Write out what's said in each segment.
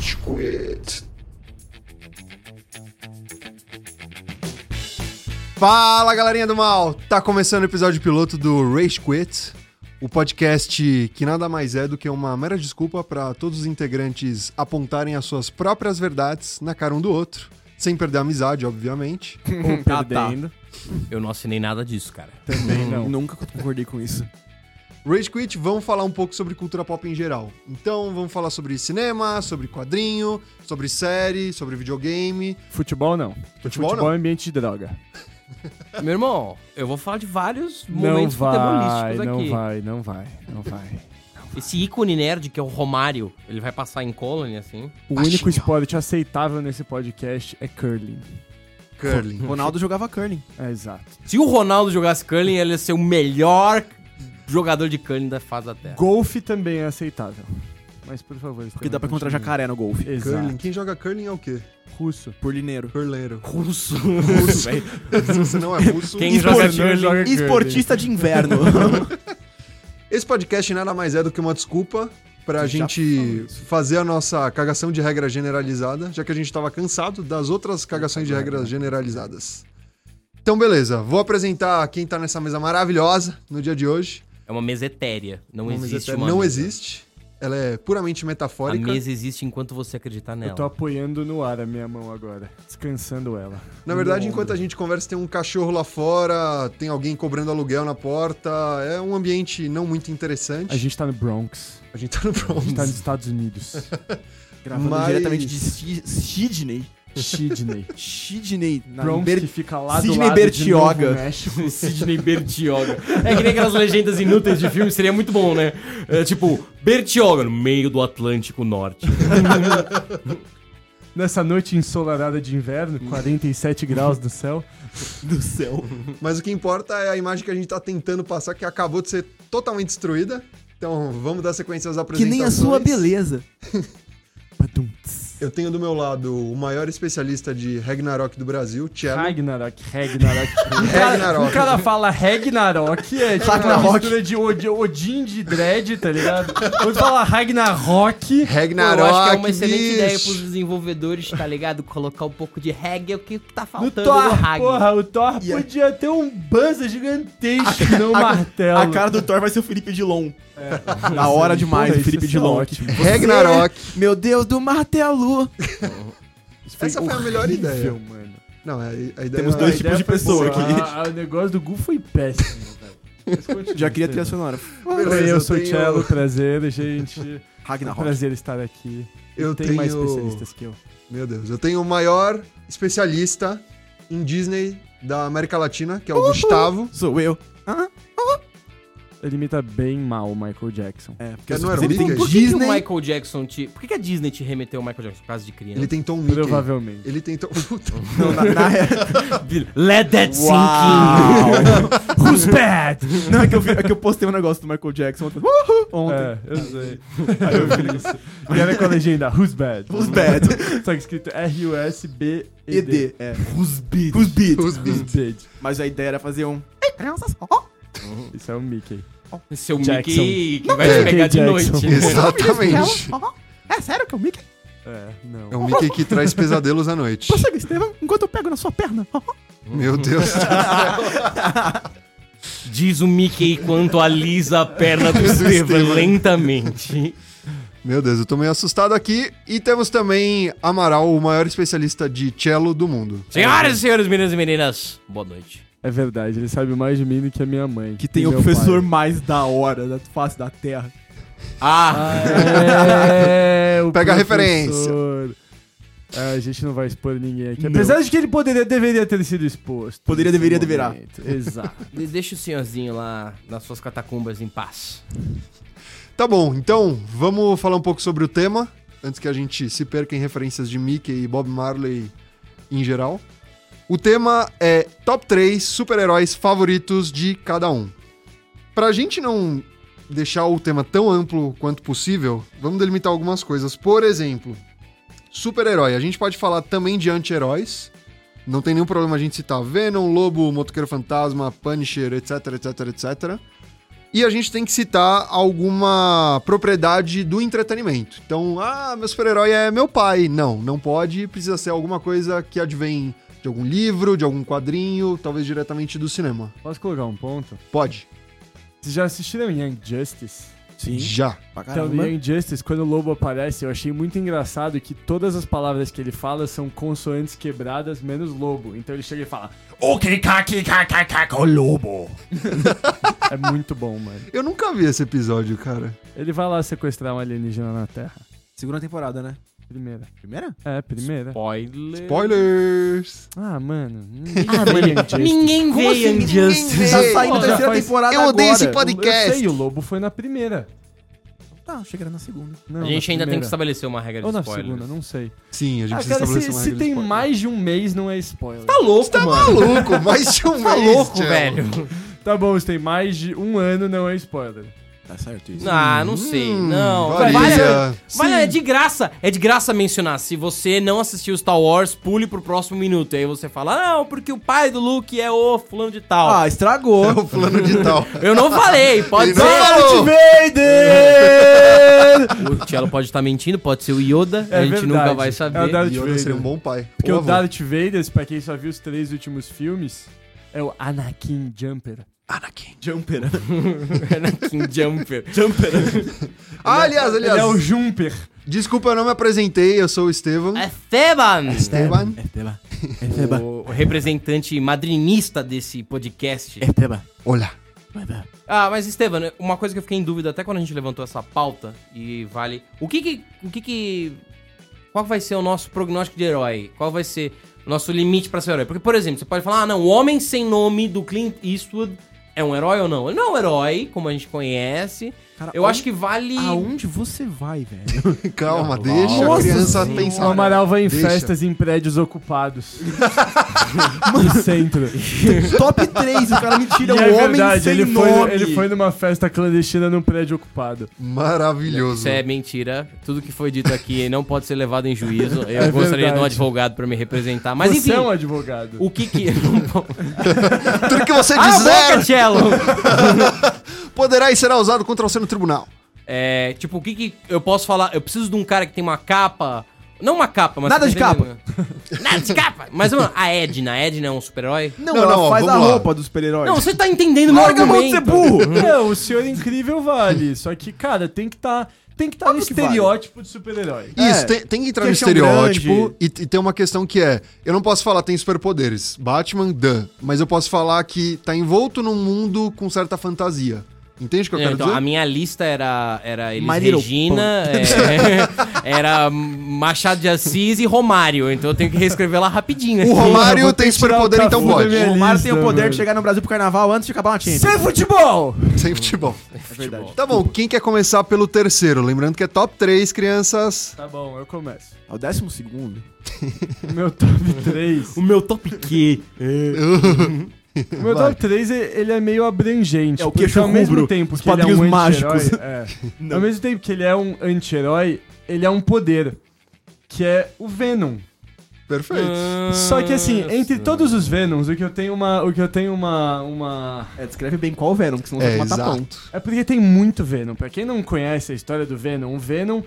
just quit. Fala galerinha do mal! Tá começando o episódio piloto do Race Quit, o podcast que nada mais é do que uma mera desculpa para todos os integrantes apontarem as suas próprias verdades na cara um do outro, sem perder a amizade, obviamente. Hum, perdendo. Eu não assinei nada disso, cara. Nunca concordei com isso. Rage Quit, vamos falar um pouco sobre cultura pop em geral. Então, vamos falar sobre cinema, sobre quadrinho, sobre série, sobre videogame. Futebol não. Futebol é ambiente de droga. Meu irmão, eu vou falar de vários Não momentos vai, futebolísticos não aqui. vai, não vai, não vai. Esse ícone nerd que é o Romário, ele vai passar em Colony, assim. O Baixinho. único esporte aceitável nesse podcast é curling. Curling. Ronaldo jogava curling. É, exato. Se o Ronaldo jogasse curling, ele ia ser o melhor jogador de curling da face da Terra. Golfe também é aceitável. Mas por favor, Porque dá pra encontrar jacaré no golfe. Exato. Curling. Quem joga curling é o quê? Russo. Curlineiro. Curleiro. Russo. Se você não é russo. Quem joga curling? Esportista de inverno. Esse podcast nada mais é do que uma desculpa pra Já gente fazer a nossa cagação de regra generalizada, já que a gente tava cansado das outras cagações de regras generalizadas. Então, beleza. Vou apresentar quem tá nessa mesa maravilhosa no dia de hoje. É uma mesa etérea. Não Uma mesa existe etérea uma não mesa. existe. Ela é puramente A metafórica. mesa existe enquanto você acreditar nela. Eu tô apoiando no ar a minha mão agora, descansando ela. Na verdade, No enquanto a gente conversa, tem um cachorro lá fora, tem alguém cobrando aluguel na porta. É um ambiente não muito interessante. A gente tá no Bronx. A gente tá no A gente tá nos Bronx. Estados Unidos. Gravando Mas- diretamente de Si- Sydney. Sydney. Sydney. na Bronx Ber- que fica lá do Sidney lado de Bertioga. Novo México. Sidney Bertioga. É que nem aquelas legendas inúteis de filme, seria muito bom, né? É, tipo, Bertioga, no meio do Atlântico Norte. Nessa noite ensolarada de inverno, 47 graus no céu. do céu. Mas o que importa é a imagem que a gente tá tentando passar, que acabou de ser totalmente destruída. Então vamos dar sequência às Que apresentações. nem a sua beleza. Badum. Eu tenho do meu lado o maior especialista de Ragnarok do Brasil, Thiago. Ragnarok, É, Ragnarok. Ragnarok. O cara fala Ragnarok, é tipo Ragnarok. uma mistura de Od- Odin de Dread, tá ligado? Quando fala Ragnarok, Ragnarok, eu acho que é uma excelente bicho. ideia pros desenvolvedores, tá ligado? Colocar um pouco de reggae, é o que tá no faltando no, Thor, rag. porra, o Thor E a- podia ter um Banza gigantesco no a- martelo. A cara do Thor vai ser o Felipe Dilon. Da hora demais, Porra, o Felipe isso ia ser Dilon. ótimo. Ragnarok. Meu Deus do martelo. Essa foi a melhor horrível, ideia. mano. Não, a, a ideia Temos é- dois A tipos ideia de foi pessoa boa, aqui. a- a- O negócio do Gu foi péssimo, velho. Mas continua, Já queria trilha entendeu? sonora. Beleza, Oi, eu sou o tenho- Cello, prazer, gente. Ragnarok. Prazer estar aqui. Eu Tem tenho. mais especialistas que eu. Meu Deus, eu tenho o maior especialista em Disney da América Latina, que é o Gustavo. Sou eu. Ele imita bem mal o Michael Jackson. É, porque Eu eu não sou era ele o Mickey? tem- Por que, que o Disney- Michael Jackson te. Por que, que a Disney te remeteu ao Michael Jackson por causa de criança? Ele tentou um Mickey. Provavelmente. Ele tentou. Puta. Não, na, na, é, Let that sink in. Who's bad? Não, é que, eu vi- é que eu postei um negócio do Michael Jackson ontem. ontem. É, eu sei. Aí eu vi isso. E era com a legenda, who's bad? Who's bad? Só que escrito R-U-S-B-E-D. ED. É. Who's bad? Who's beat? Os bichos. Who's bad? Mas a ideia era fazer um. Isso é o Mickey. Seu Jackson. Mickey que vai te é. pegar de Jackson. noite. Exatamente. É sério que é o Mickey? É, É não. um Mickey que traz pesadelos à noite. Chega, Estevam, enquanto eu pego na sua perna. Meu Deus. Diz o Mickey quanto alisa a perna do Estevam lentamente. Meu Deus, eu tô meio assustado aqui. E temos também Amaral, o maior especialista de cello do mundo. Senhoras e senhores, meninos e meninas, boa noite. É verdade, ele sabe mais de mim do que a minha mãe. Que tem o meu professor pai. mais da hora da face da Terra. Ah, É, o Pega a professor. É, a gente não vai expor ninguém aqui. Apesar de que ele poderia, deveria ter sido exposto. Poderia, nesse deveria, deverá. momento. Exato. Ah, de- deixa o senhorzinho lá nas suas catacumbas em paz. Tá bom, então vamos falar um pouco sobre o tema, antes que a gente se perca em referências de Mickey e Bob Marley em geral. O tema é top 3 super-heróis favoritos de cada um. Pra gente não deixar o tema tão amplo quanto possível, vamos delimitar algumas coisas. Por exemplo, super-herói. A gente pode falar também de anti-heróis. Não tem nenhum problema a gente citar Venom, Lobo, Motoqueiro Fantasma, Punisher, etc, etc, etc. E a gente tem que citar alguma propriedade do entretenimento. Então, ah, meu super-herói é meu pai. Não, não pode. Precisa ser alguma coisa que advém de algum livro, de algum quadrinho, talvez diretamente do cinema. Posso colocar um ponto? Pode. Vocês já assistiram Young Justice? Sim. Já. Pra Então, no Young Justice, quando o lobo aparece, eu achei muito engraçado que todas as palavras que ele fala são consoantes quebradas, menos lobo. Então ele chega e fala, O que o lobo. é muito bom, mano. Eu nunca vi esse episódio, cara. Ele vai lá sequestrar um alienígena na Terra. Segunda temporada, né? Primeira. Primeira? É, primeira. Spoiler. Spoilers! Ah, mano. Ah, mano, ninguém vê Injustice. Tá Ei, saindo a já terceira faz- temporada Eu odeio esse agora. podcast. Eu sei, o lobo foi na primeira. Tá, chegará na segunda. Não, A na gente ainda tem que primeira. estabelecer uma regra de Ou na spoiler. segunda, não sei. Sim, a gente Ah, precisa cara, estabelecer se, uma se regra de tem spoiler. mais de um mês, não é spoiler. Tá louco, Tá mano. maluco? Mais de um Tá mês, louco, Thiago. velho. Tá bom, se tem mais de um ano, não é spoiler. Tá certo isso. Ah, não sei. Hum, não. varia. Vale, vale, Sim. é de graça. É de graça mencionar. Se você não assistiu Star Wars, pule pro próximo minuto. Aí você fala, não, porque o pai do Luke é o fulano de tal. Ah, estragou. É o plano de tal. Eu não falei, pode Ele não ser. falou. O Tielo pode estar mentindo, pode ser o Yoda. É a gente verdade. nunca vai É o saber. Darth E eu não Vader. seria um bom pai. Porque Ou o avô. Darth Vader, pra quem só viu os três últimos filmes, é o Anakin Jumper. Anakin. Jumper. Anakin Jumper. Jumper. Ah, aliás, Ele é o aliás, Jumper. desculpa, eu não me apresentei, eu sou o Estevam. É Esteban. Esteban. Esteba. É Esteba. O representante madrinista desse É podcast. Esteba. Olá. Ah, mas Esteban, uma coisa que eu fiquei em dúvida até quando a gente levantou essa pauta e vale. O que que. O que que. Qual vai ser o nosso prognóstico de herói? Qual vai ser o nosso limite pra ser herói? Porque, por exemplo, você pode falar, ah, não, o homem sem nome do Clint Eastwood é um herói ou não? Ele não é um herói, como a gente conhece. Cara, eu onde- acho que um- vale. Aonde você vai, velho? Calma, deixa a Nossa criança senhora. o pensar. Amaral vai em Deixa. festas em prédios ocupados. no centro. Top 3, o cara me E tira é o homem verdade, sem ele foi, nome. no- ele foi numa festa clandestina num prédio ocupado. Maravilhoso. Isso é mentira. Tudo que foi dito aqui não pode ser levado em juízo. Eu gostaria de um É verdade. advogado pra me representar. Mas Você enfim, é um advogado. o que que. Não- Tudo que você Ah, boca, dizer Cello! poderá e será usado contra você no tribunal. É, tipo, o que que eu posso falar? Eu preciso de um cara que tem uma capa. Não uma capa, mas. Nada de capa. Nada de capa! Mas, mano, a Edna. A Edna é um super-herói? Não, Não, ela não, ó, faz a vamos lá. roupa dos super-heróis. Não, você tá entendendo meu Larga a mão de argumento. ser burro. Não, É, o senhor incrível vale. Só que, cara, tem que estar tem que tá no Óbvio que estereótipo de super-herói. É, Isso, tem, tem que entrar no queixão estereótipo grande. e, e tem uma questão que é: eu não posso falar tem superpoderes. Batman, Dan. Mas eu posso falar que tá envolto num mundo com certa fantasia. Entende o que eu É, quero então, dizer? a minha lista era, era Elis My Little Regina, é, era Machado de Assis e Romário. Então eu tenho que reescrever lá rapidinho. assim. O Eu Romário vou tem ter que tirar superpoder, o então Cafu da pode. minha O Romário tem o lista, poder mano. de chegar no Brasil pro carnaval antes de acabar uma tinta. Sem futebol! Sem futebol. É verdade. Tá bom, quem quer começar pelo terceiro? Lembrando que é top 3, crianças. Tá bom, eu começo. É o décimo segundo. O meu top 3. O meu top Q. O meu Vai. top 3 ele é meio abrangente. É o porque queixo ao mesmo rubro, tempo os que ele é um quadrinhos anti-herói. mágicos. é. Não. Ao mesmo tempo que ele é um anti-herói, ele é um poder. Que é o Venom. Perfeito. Ah, Só que assim, entre todos os Venoms, o que eu tenho uma. O que eu tenho uma. uma... É, descreve bem qual Venom, que senão é, você vai matar pão. exato. É porque tem muito Venom. Pra quem não conhece a história do Venom, o Venom.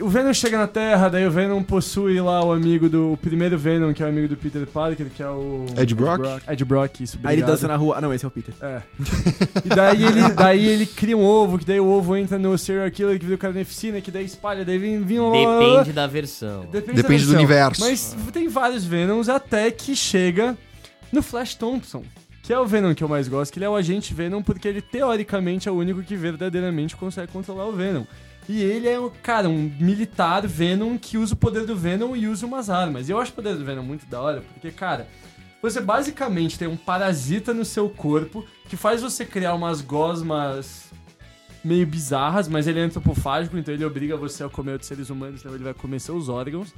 O Venom chega na Terra, daí o Venom possui lá o amigo do. O primeiro Venom, que é o amigo do Peter Parker, que é o. Ed Brock? Ed Brock, isso, obrigado. É Aí ele dança na rua. Ah, não, esse é o Peter. É. E daí ele, daí ele cria um ovo, que daí o ovo entra no serial killer que vira o carnificina, que daí espalha, daí vem, vem um- Depende da versão. da Depende do versão. universo. Mas tem vários Venoms até que chega no Flash Thompson, que é o Venom que eu mais gosto, que ele é o agente Venom porque ele teoricamente é o único que verdadeiramente consegue controlar o Venom. E ele é, um, cara, um militar Venom que usa o poder do Venom e usa umas armas. E eu acho o poder do Venom muito da hora, porque, cara, você basicamente tem um parasita no seu corpo que faz você criar umas gosmas meio bizarras, mas ele é antropofágico, então ele obriga você a comer outros seres humanos, então ele vai comer seus órgãos.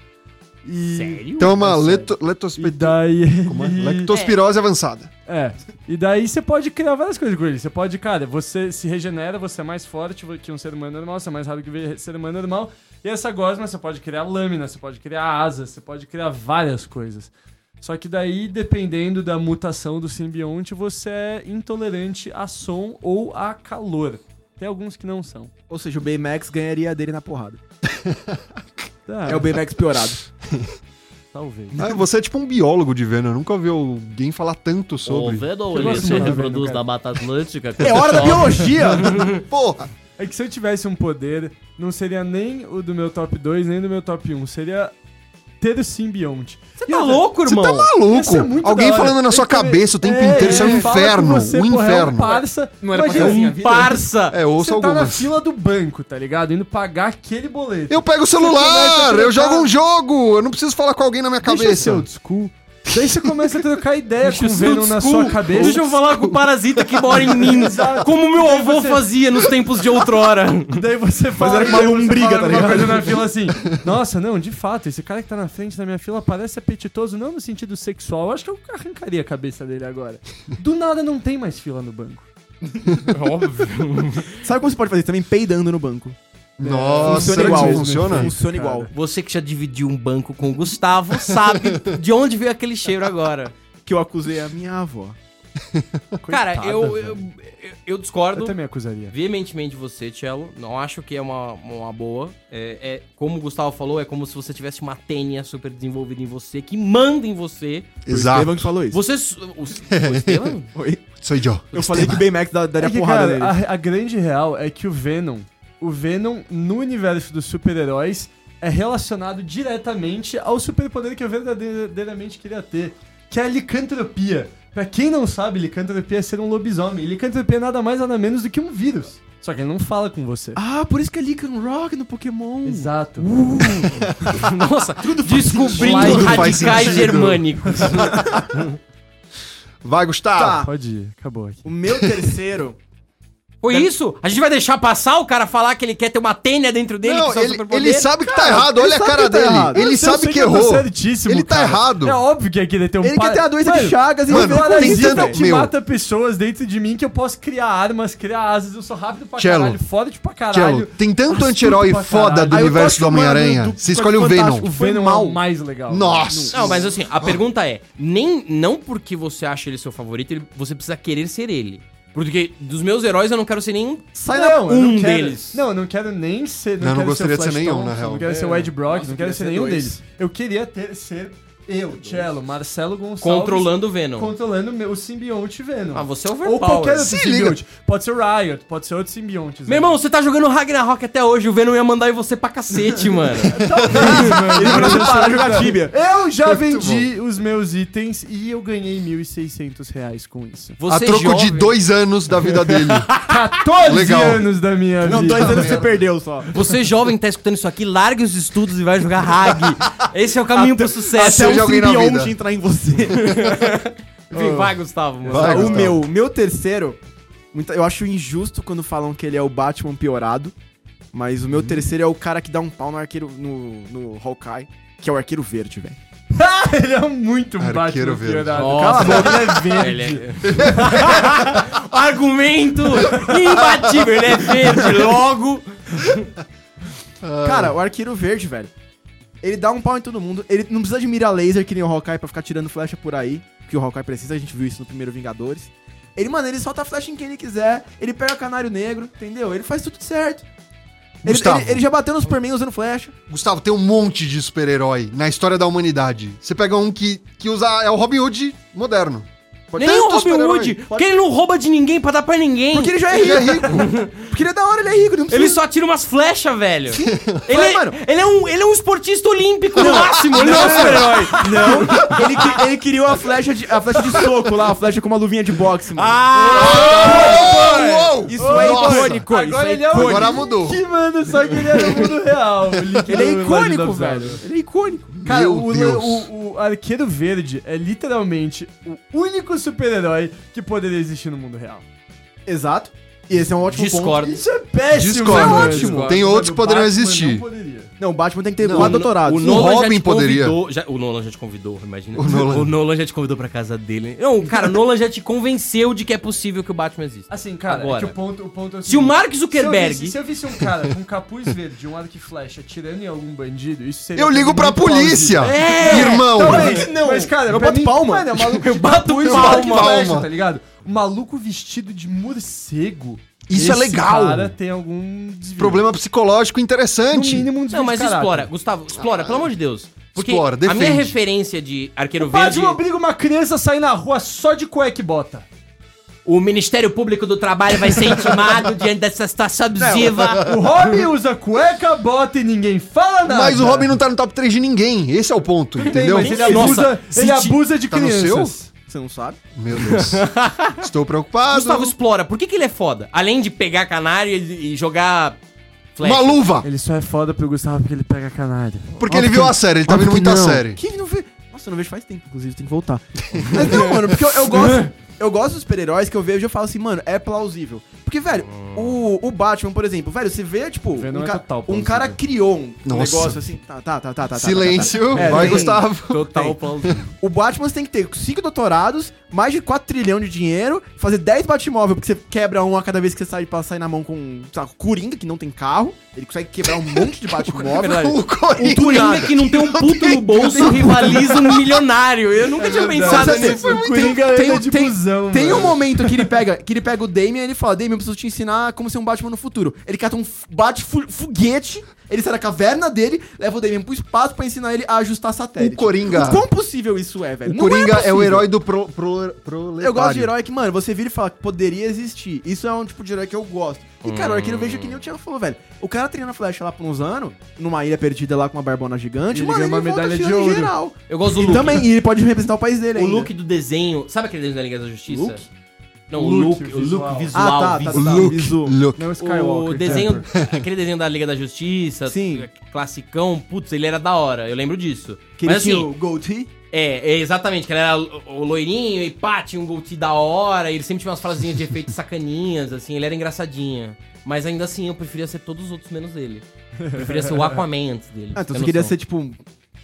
E... Sério? Então é uma Nossa. leto, E letospe- daí. como é? lectospirose avançada. É. E daí você pode criar várias coisas com ele. Você pode, cara, você se regenera, você é mais forte que um ser humano normal, você é mais rápido que um ser humano normal. E essa gosma você pode criar lâmina, você pode criar asas, você pode criar várias coisas. Só que daí, dependendo da mutação do simbionte, você é intolerante a som ou a calor. Tem alguns que não são. Ou seja, o Baymax ganharia a dele na porrada. Tá, É o Baymax piorado. talvez. Ah, você é tipo um biólogo de Venom, eu nunca ouvi alguém falar tanto sobre. Venom, Eu ele gosto se muito do Venom, reproduz cara. na Mata Atlântica. É hora da biologia! Porra! É que se eu tivesse um poder, não seria nem o do meu top 2, nem do meu top 1. Seria ter o simbionte. Você tá louco, Você irmão? tá maluco? Isso é muito Alguém da hora. falando na Tem sua que ver- cabeça o tempo É, inteiro, isso tá- é um ele fala com inferno, você, um porra, É um inferno. parça. Não era pra Imagina, ser assim a vida? um Parça! É, ouça Você tá na algumas. fila do banco, tá ligado? Indo pagar aquele boleto. Eu pego o começa a celular, trocar- eu jogo um jogo, eu não preciso falar com alguém na minha Deixa cabeça. seu old school. Daí você começa a trocar ideia com o Deixa Venom na sua cabeça. Deixa eu falar com o parasita que mora em mim, como meu avô fazia nos tempos de outrora. Daí você fala. era com uma daí você lombriga, fala tá alguma ligado? coisa na fila assim. Nossa, não, de fato, esse cara que tá na frente da minha fila parece apetitoso, não no sentido sexual. Eu acho que eu arrancaria a cabeça dele agora. Do nada não tem mais fila no banco. É Sabe como você pode fazer? Também peidando no banco. Nossa, Funciona será que igual. isso funciona? Funciona igual. Você que já dividiu um banco com o Gustavo sabe de onde veio aquele cheiro agora. Que eu acusei a minha avó. Cara, eu, eu, eu- eu discordo Eu também acusaria. veementemente de você, Cello. Não acho que é uma, uma boa. É, é- como o Gustavo falou, é como se você tivesse uma tênia super desenvolvida em você, que manda em você. O Exato. Estevam que falou isso. Você... s- O, o Estevam? Oi? Sou idiota. Eu falei que o Baymax dá- daria É que, porrada cara, nele. a, a grande real é que o Venom, o Venom no universo dos super-heróis é relacionado diretamente ao superpoder que eu verdadeiramente queria ter, que é a licantropia. Pra quem não sabe, licantropia é ser um lobisomem. E Licantropia é nada mais nada menos do que um vírus. Só que ele não fala com você. Ah, Uh. por isso que é Lycan Rock no Pokémon. Exato. Nossa, descobrindo sentido. Tudo faz radicais sentido. germânicos. Vai, Gustavo. Pode ir, acabou aqui. O meu terceiro. Foi isso? A gente vai deixar passar o cara falar que ele quer ter uma tênia dentro dele? Não, que isso é um ele, superpoder? ele sabe que tá Cara, errado, ele olha a sabe cara que tá dele. errado. Ele Eu sei sabe que, eu tô errou. certíssimo, Ele tá cara. errado. É óbvio que aqui ele tem um Ele quer ter a doença Mano, de Chagas e mano, ele tem parasita tanto- que meu. mata pessoas dentro de mim que eu posso criar armas, criar asas, eu sou rápido pra Cello. caralho, forte pra Cello, caralho. tem tanto Astuto anti-herói pra foda caralho. do Aí eu universo acho do que o mano Homem-Aranha. do- Você escolhe o Fantástico Venom. O Foi Venom é mal. o mais legal. Nossa. Não, mas Ah. assim, a pergunta é: nem não porque você acha ele seu favorito, ele- você precisa querer ser ele. Porque dos meus heróis eu não quero ser nenhum. Sai na- eu um quero- deles. Não, eu não quero nem ser. Eu não quero gostaria o de ser Flash nenhum, Thompson, na real. Não quero ser o É. Ed Brock, Nossa, não quero eu queria ser ser nenhum dois. deles. Eu queria ter, ser eu, Cello, Marcelo Gonçalves. Controlando o Venom. Controlando o meu- o simbionte Venom. Ah, você é Ou overpower. qualquer outro Se simbionte. Pode ser o Riot, pode ser outro simbionte. Meu irmão, você tá jogando Ragnarok até hoje, o Venom ia mandar em você pra cacete, mano. Ele precisa parar de é jogar Tibia. Eu já Muito vendi os meus itens e eu ganhei 1.600 reais com isso. A Você troco de jovem, dois anos da vida dele. 14 Legal. anos da minha Não, vida. dois anos você perdeu só. Você jovem que tá escutando isso aqui, largue os estudos e vai jogar Rag. Esse é o caminho pro sucesso. Até Seja um alguém na simbionte vida. entrar em você. Enfim, vai, Gustavo, mano. Vai, Tá, o Gustavo. meu, o meu terceiro, muita- eu acho injusto quando falam que ele é o Batman piorado, mas o Hum. meu terceiro é o cara que dá um pau no arqueiro no, no Hawkeye, que é o arqueiro verde, velho. Ele é muito Arqueiro Batman verde. piorado. Cala a Nossa. boca, ele é verde. Ele é- Argumento imbatível, ele é verde, logo. Ah. Cara, o arqueiro verde, velho. Ele dá um pau em todo mundo, ele não precisa de mira laser que nem o Hawkeye pra ficar tirando flecha por aí, que o Hawkeye precisa, a gente viu isso no primeiro Vingadores. Ele, mano, ele solta a flecha em quem ele quiser, ele pega o canário negro, entendeu? Ele faz tudo certo. Ele, Gustavo. ele- ele já bateu no Superman usando flecha. Gustavo, tem um monte de super-herói na história da humanidade. Você pega um que, que usa. É o Robin Hood moderno. Nem o Tanto Robin super-herói. Hood, porque ele não rouba de ninguém pra dar pra ninguém. Porque ele já é Ele é rico. rico. Porque ele é da hora, ele é rico, ele não precisa. Ele só tira umas flechas, velho. ele, Mas, é, mano- ele, é um, ele é um esportista olímpico no máximo, ele não é um super-herói. Não, ele, cri- ele criou a flecha, de, a flecha de soco lá, a flecha com uma luvinha de boxe, mano. Ah, Uou, uou. Isso é Nossa. icônico, isso Agora é ele é icônico. Agora mudou. Que mano, só que ele era no mundo real. o líquido Ele é do icônico, Imagina velho. Observer. Ele é icônico. Cara, Meu o, Deus. o- o Arqueiro Verde é literalmente o único super-herói que poderia existir no mundo real. Exato. E esse é um ótimo ponto. discordo. Isso é péssimo, Discordo. mano. Tem outros que poderiam Batman existir. Não poderia. Não, o Batman tem que ter Não, quatro o- doutorados. o Robin poderia. convidou. já- o Nolan já te convidou, imagina. O Nolan. já te convidou pra casa dele. Não, cara, o Nolan já te convenceu de que é possível que o Batman exista. Assim, cara, é Agora. que o ponto, o ponto é o Se o seguinte, Mark Se eu, Zuckerberg. visse, se eu visse um cara com um capuz verde e um arco e flecha atirando em algum bandido, isso seria. Eu ligo pra muito polícia! plausível. É, Irmão! Talvez, não. Mas, cara, Eu pra boto mim- palma. Mano, é um maluco Eu bato capuz, palma. arco e flecha, Palma. tá ligado? Um maluco vestido de morcego. Isso é Esse legal. cara tem algum desvio. Problema psicológico No interessante. mínimo um desvio Não, mas de caráter. explora, Gustavo, explora, pelo amor de Deus. Porque Explora, a minha defende. referência de Arqueiro O Batman Verde, obriga uma criança a sair na rua só de cueca e bota. o Ministério Público do Trabalho vai ser intimado diante dessa situação abusiva. O Robin usa cueca, bota e ninguém fala nada. Mas o Robin não tá no top 3 de ninguém. Esse é o ponto, tem, entendeu? mas ele Nossa, abusa, se ele ti- abusa de Tá no crianças. Você não sabe? Meu Deus. Estou preocupado. Gustavo, explora, por que, que ele é foda? Além de pegar canário e, e jogar flecha. Uma luva! Ele só é foda pro Gustavo porque ele pega canário. Porque ele viu a série, ele tá vendo muita série. Que não vê. Nossa, eu não vejo faz tempo, inclusive, tem que voltar. Mas não, mano, porque eu, eu gosto. Eu gosto dos super-heróis que eu vejo e eu falo assim, mano, é plausível. Porque, velho, o, o Batman, por exemplo, velho, você vê, tipo, Venom um, é ca- total um plausível. cara criou um Nossa. negócio assim. Tá, tá, tá, tá, tá. Silêncio, É, vai, tem- Gustavo. Total plausível. tá, tá. O Batman você tem que ter cinco doutorados, mais de 4 trilhão de dinheiro, fazer 10 Batmóvel, porque você quebra um a cada vez que você sai pra sair na mão com, sei lá, Coringa, que não tem carro. Ele consegue quebrar um monte de Batmóvel. É verdade. O O Coringa. Coringa que não tem um puto no bolso rivaliza um milionário. Eu nunca É tinha pensado Nossa, nisso. foi muito Coringa assim, tem- é anda de tem- busão, Tem velho. um momento que ele pega, que ele pega o Damien e ele fala: Damien, eu preciso te ensinar como ser um Batman no futuro. Ele cata um f- bate fu- foguete, ele sai da caverna dele, leva o Damien pro espaço pra ensinar ele a ajustar satélite. O Coringa. O quão possível isso é, velho? O Não Coringa é, possível. o herói do pro, pro, proletário. Eu gosto de herói que, mano, você vira e fala que poderia existir. Isso é um tipo de herói que eu gosto. E, cara, o Hum. arqueiro eu vejo que nem o Thiago falou, velho. O cara treinando a flecha lá por uns anos, numa ilha perdida lá com uma barbona gigante, Ele ganha uma volta medalha de tirando ouro. geral. Eu gosto do E look. também, e ele pode representar o país dele o ainda. look do desenho. Sabe aquele desenho da Liga da Justiça? Look? Não, o Look, look, o visual. look Ah, visual. tá, tá, tá. visual. Look, Bizu. look. Não O desenho, aquele desenho da Liga da Justiça, é, Sim. classicão, putz, ele era da hora, eu lembro disso. Que ele Mas tinha assim, o goatee. é, é, exatamente, que ele era o o loirinho e pá, tinha um goatee da hora, e ele sempre tinha umas frasinhas de efeito sacaninhas, assim, ele era engraçadinha. Mas ainda assim, eu preferia ser todos os outros menos ele. Eu preferia ser o Aquaman antes dele. Ah, então tem você queria noção. ser, tipo, um-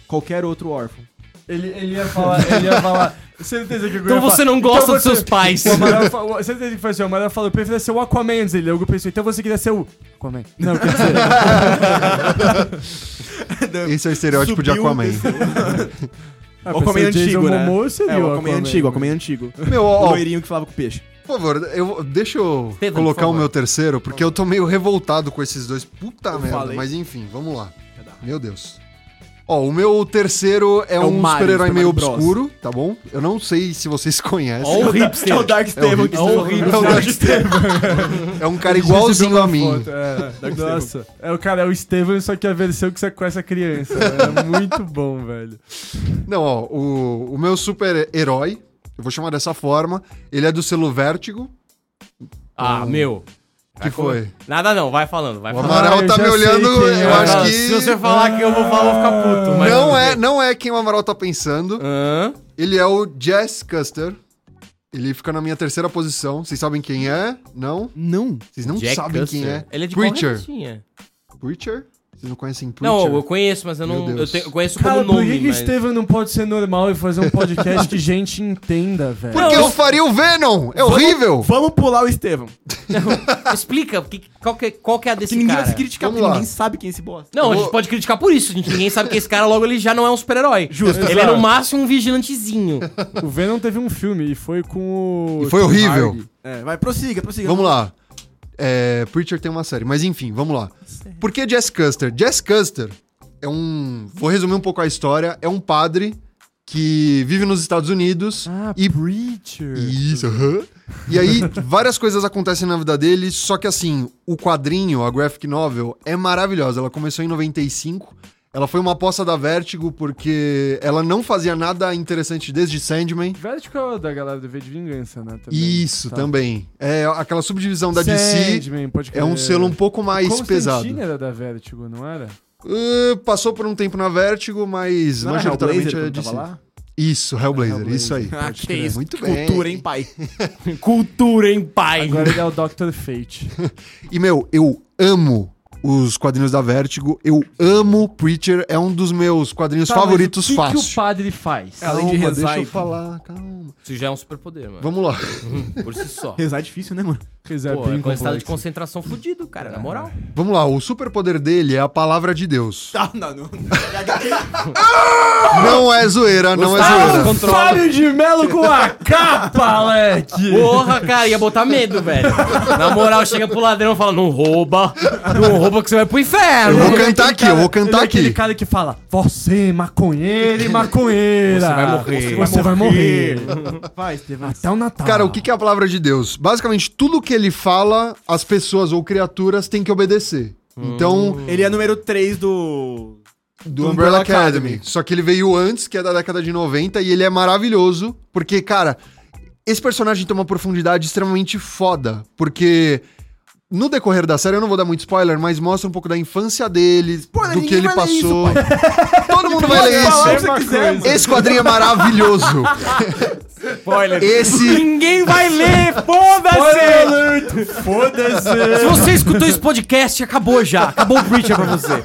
qualquer outro órfão. Ele, ele ia falar, ele ia falar. Certeza que o Guilherme Então ia você falar, não gosta "Então dos seus pais." O Amaral fa- o- certeza que foi assim, o Amaral falou, eu preferia ser o Aquaman antes dele. Eu pensei, então você queria ser o Aquaman. Não, quer dizer, ah, Esse é o estereótipo de Subiu Aquaman. a O Aquaman pessoa antigo, Ah, Jason né? Momoa seria É, o Aquaman antigo, o Aquaman antigo. Meu, O ó, ó, loirinho que falava com o peixe. por favor, eu, deixa eu Estevam, por colocar o favor. meu terceiro, porque eu tô meio revoltado com esses dois. Puta merda, falei. mas enfim, vamos lá. Meu Deus. Ó, o meu terceiro é, É o um Mario, super-herói Super meio Mario Bros. obscuro, tá bom? Eu não sei se vocês conhecem. Ó, o É o hipster. Dark Stable. hipster. É o horrível. É o Dark É um cara igualzinho a mim. Foto, é, nossa, é o cara, é o Steven, só que a versão que você conhece a criança. É muito bom, velho. Não, ó, o, o meu super-herói, eu vou chamar dessa forma, ele é do selo Vértigo. Ah, meu. Que foi? Nada não, vai falando, vai O falando. Amaral Ah, eu tá já me sei olhando, quem é. eu Ah, acho não, que. Se você falar que eu vou falar, eu vou ficar puto. Mas Não é, não é quem o Amaral tá pensando. Hã? Ele é o Jess Custer. Ele fica na minha terceira posição. Vocês sabem quem é? Não? Não. Vocês não Jack sabem Custer. quem é. Ele é de qual Preacher. revistinha? Preacher? Vocês não conhecem Preacher? Não, eu conheço, mas eu Meu não. Eu, Deus. te- eu conheço Cara, como por nome. que, que o mas... Steven não pode ser normal e fazer um podcast que gente entenda, velho? Porque Não, eu faria o Venom! É horrível! Vamos pular o Estevam. Explica que- qual, que, qual que é a Que desse ninguém cara. vai se criticar, Vamos porque lá. ninguém sabe quem é esse bosta. Não, a gente Vou- pode criticar por isso, gente. Ninguém sabe que esse cara logo ele já não é um super-herói. Justo, Ele é exato. no máximo um vigilantezinho. O Venom teve um filme e foi com o. E foi Tom horrível. Hardy. É, vai, prossiga, prossiga. Vamos lá. É, Preacher tem uma série, mas enfim, vamos lá. Por que Jess Custer? Jess Custer é um. Vou resumir um pouco a história. É um padre que vive nos Estados Unidos Ah, e Preacher. É. Isso. aham. E aí, várias coisas acontecem na vida dele, só que assim, o quadrinho, a graphic novel, é maravilhosa. Ela começou em 95. Ela foi uma aposta da Vertigo porque ela não fazia nada interessante desde Sandman. Vertigo é o da galera do V de Vingança, né? também. Isso, Tá. também. É aquela subdivisão da DC. Sandman, pode É um crer. selo um pouco mais Constantine pesado. era da Vertigo, não era? Ah, passou por um tempo na Vertigo, mas Não era majoritariamente Hellblazer é quando DC. tava lá? Isso, Hellblazer, Hellblazer. isso aí. Ah, Pode que crer, isso. Muito bem. Cultura, hein, pai? Cultura, hein, pai? Agora ele é o Dr. Fate. E, meu, eu amo os quadrinhos da Vertigo. Eu amo Preacher, é um dos meus quadrinhos Tá, mas favoritos o que fácil. que o padre faz? Além de Calma, rezar deixa e- eu falar, calma. Isso já é um superpoder, mano. Vamos lá. Por si só. Pô, Rezar é difícil, né, mano? Rezar é bem com estado de complexo. concentração fudido, cara, na moral. Vamos lá, o superpoder dele é a palavra de Deus. Tá, não, não. Não é zoeira, não é zoeira. controla. Fábio de Melo com a capa, Leque! Porra, cara, ia botar medo, velho. Na moral, chega pro ladrão e fala: não rouba, não rouba que você vai pro Eu inferno. vou cantar tá aqui, eu vou cantar Ele é aquele aqui. é cara que fala, você, é maconheiro e maconheira. Você vai morrer. Você vai morrer. Vai, Estevam. Até o Natal. Cara, o que que é a palavra de Deus? Basicamente, tudo que ele fala, as pessoas ou criaturas têm que obedecer. Então, Ele é número 3 do. do Umbrella Academy. Só que ele veio antes, que é da década de 90, e ele é maravilhoso, porque, cara, esse personagem tem uma profundidade extremamente foda, porque no decorrer da série, eu não vou dar muito spoiler, mas mostra um pouco da infância dele, Spoiler, do que ninguém ele vai ler isso, passou. Todo mundo vai Pode ler falar É, isso. o que você quiser, mano. Esse quadrinho é maravilhoso. Spoiler. Esse Ninguém vai ler, Tá foda-se! Se Foda-se. você escutou esse podcast, acabou já. Acabou o Preacher pra você.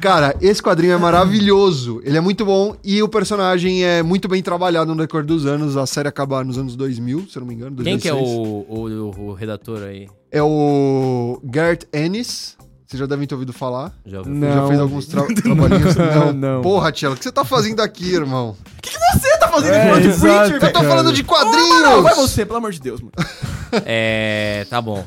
Cara, esse quadrinho é maravilhoso. Ele é muito bom e o personagem é muito bem trabalhado no decorrer dos anos. A série acaba nos anos 2000, se eu não me engano. Quem que é o, 2006. o- o- o redator aí? É o Garrett Ennis. Vocês já devem ter ouvido falar. Já ouviu? Ele Já Não. fez alguns tra- trabalhinhos. Não. Não. Porra, Tiela, o que você tá fazendo aqui, irmão? Você tá fazendo É, enquanto exato, Preacher, velho? Eu tô Cara. falando de quadrinhos! Não, vai você, pelo amor de Deus, mano. É, tá bom.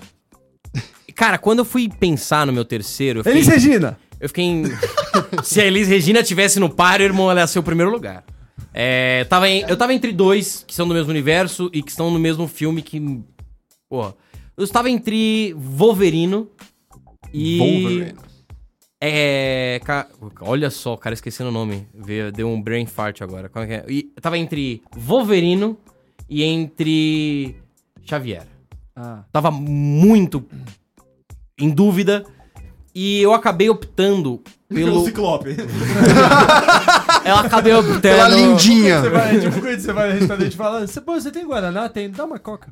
Cara, quando eu fui pensar no meu terceiro, eu fiquei, Elis Regina. eu fiquei em... Se a Elis Regina tivesse no par, irmão, ela ia ser o primeiro lugar. É, eu tava em- eu tava entre dois que são do mesmo universo e que estão no mesmo filme que... Porra. Eu estava entre Wolverino e... Wolverine. É. ca- Olha só, o cara esquecendo o nome. Veio- Deu um brain fart agora. Como é que é? E eu tava entre Wolverino e entre Xavier. Tava muito em dúvida. E eu acabei optando pelo. Ciclope. eu acabei optando. Pela é lindinha. Você vai, tipo, quando você vai no restaurante e fala, "Você- pô, você tem Guaraná? Tem, dá uma coca.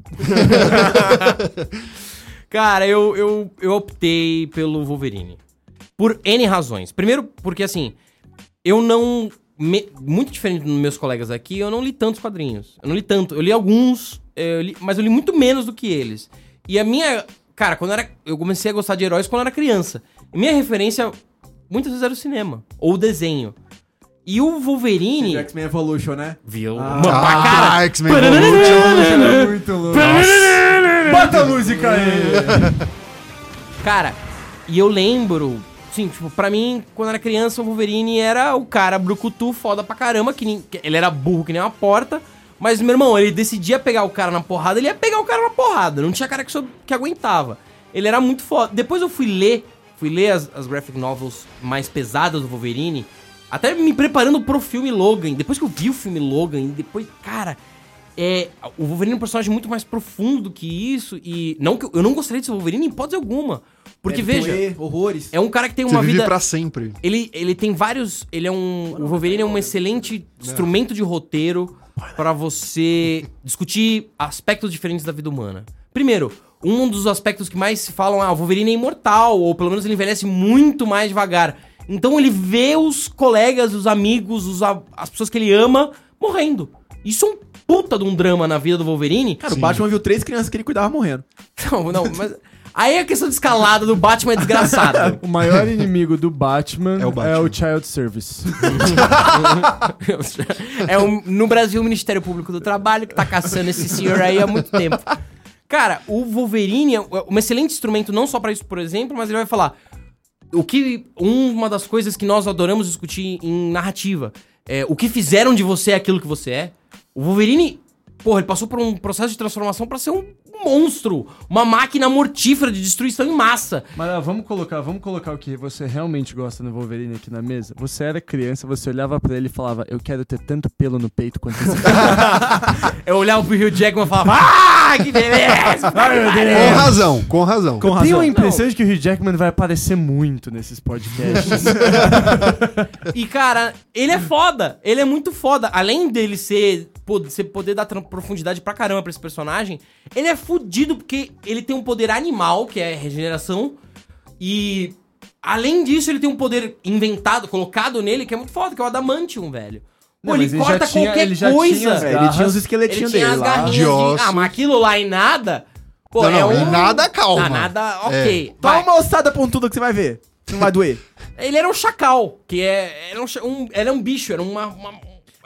Cara, eu, eu, eu optei pelo Wolverine. Por N razões. Primeiro, porque assim, eu não. me- muito diferente dos meus colegas aqui, eu não li tantos quadrinhos. Eu não li tanto. Eu li alguns, eh, eu li- mas eu li muito menos do que eles. E a minha. Cara, quando eu era. Eu comecei a gostar de heróis quando eu era criança. Minha referência muitas vezes era o cinema. Ou o desenho. E o Wolverine. X-Men Evolution, né? Viu? Ah. Mano, pra cara. X-Men Evolution. É Muito louco. Bota a música aí. Cara, e eu lembro, sim, tipo, pra mim, quando era criança, o Wolverine era o cara brucutu, foda pra caramba, que, nem- que ele era burro que nem uma porta. Mas, meu irmão, ele decidia pegar o cara na porrada, ele ia pegar o cara na porrada. Não tinha cara que, soube- que aguentava. Ele era muito foda. Depois eu fui ler, fui ler as, as graphic novels mais pesadas do Wolverine, até me preparando pro filme Logan. Depois que eu vi o filme Logan, e depois, cara, é, o Wolverine é um personagem muito mais profundo do que isso e não que eu, eu não gostaria de ser Wolverine em hipótese alguma, porque veja, horrores. é um cara que tem Você uma vive vida pra sempre. ele, ele tem vários. Ele é um. O Wolverine é um excelente instrumento de roteiro pra você discutir aspectos diferentes da vida humana. Primeiro, um dos aspectos que mais se falam ah, o Wolverine é imortal, ou pelo menos ele envelhece muito mais devagar. Então ele vê os colegas, os amigos, os, a- as pessoas que ele ama morrendo. Isso é um puta de um drama na vida do Wolverine. Cara, o Batman viu três crianças que ele cuidava morrendo. Não, não, mas. Aí a questão de escalada do Batman é desgraçada. O maior inimigo do Batman É o Batman. é o Child Service. é um- no Brasil o Ministério Público do Trabalho que tá caçando esse senhor aí há muito tempo. Cara, o Wolverine é um excelente instrumento não só pra isso, por exemplo, mas ele vai falar o que uma das coisas que nós adoramos discutir em narrativa é o que fizeram de você é aquilo que você é. O Wolverine, porra, ele passou por um processo de transformação pra ser um monstro, uma máquina mortífera de destruição em massa. Mas ah, vamos colocar, vamos colocar o que você realmente gosta no Wolverine aqui na mesa. Você era criança, você olhava pra ele e falava, eu quero ter tanto pelo no peito quanto esse cara." Eu olhava pro É Hugh Jackman e falava: "Ah, que beleza!" Ai, meu Deus. Com razão, com razão. Com Tenho razão. a impressão de que o Hugh Jackman vai aparecer muito nesses podcasts. E, cara, ele é foda. Ele é muito foda. Além dele ser. pô, Você poder dar tran- profundidade pra caramba pra esse personagem. Ele é fudido porque ele tem um poder animal, que é regeneração. E além disso, ele tem um poder inventado, colocado nele, que é muito foda, que é o Adamantium, velho. Pô, Não, ele mas ele já corta tinha- qualquer ele já coisa. tinha as É, ele garras. tinha os Ele esqueletinhos tinha dele as lá. garrinhas de de... ossos. Ah, mas aquilo lá em nada... Pô, Não, é não, em um... nada, calma. É. Ah, nada, ok. Toma vai. uma ossada pontuda que você vai ver. Não vai doer. Ele era um chacal, que é... Era um, cha- um- era um bicho, era uma... uma-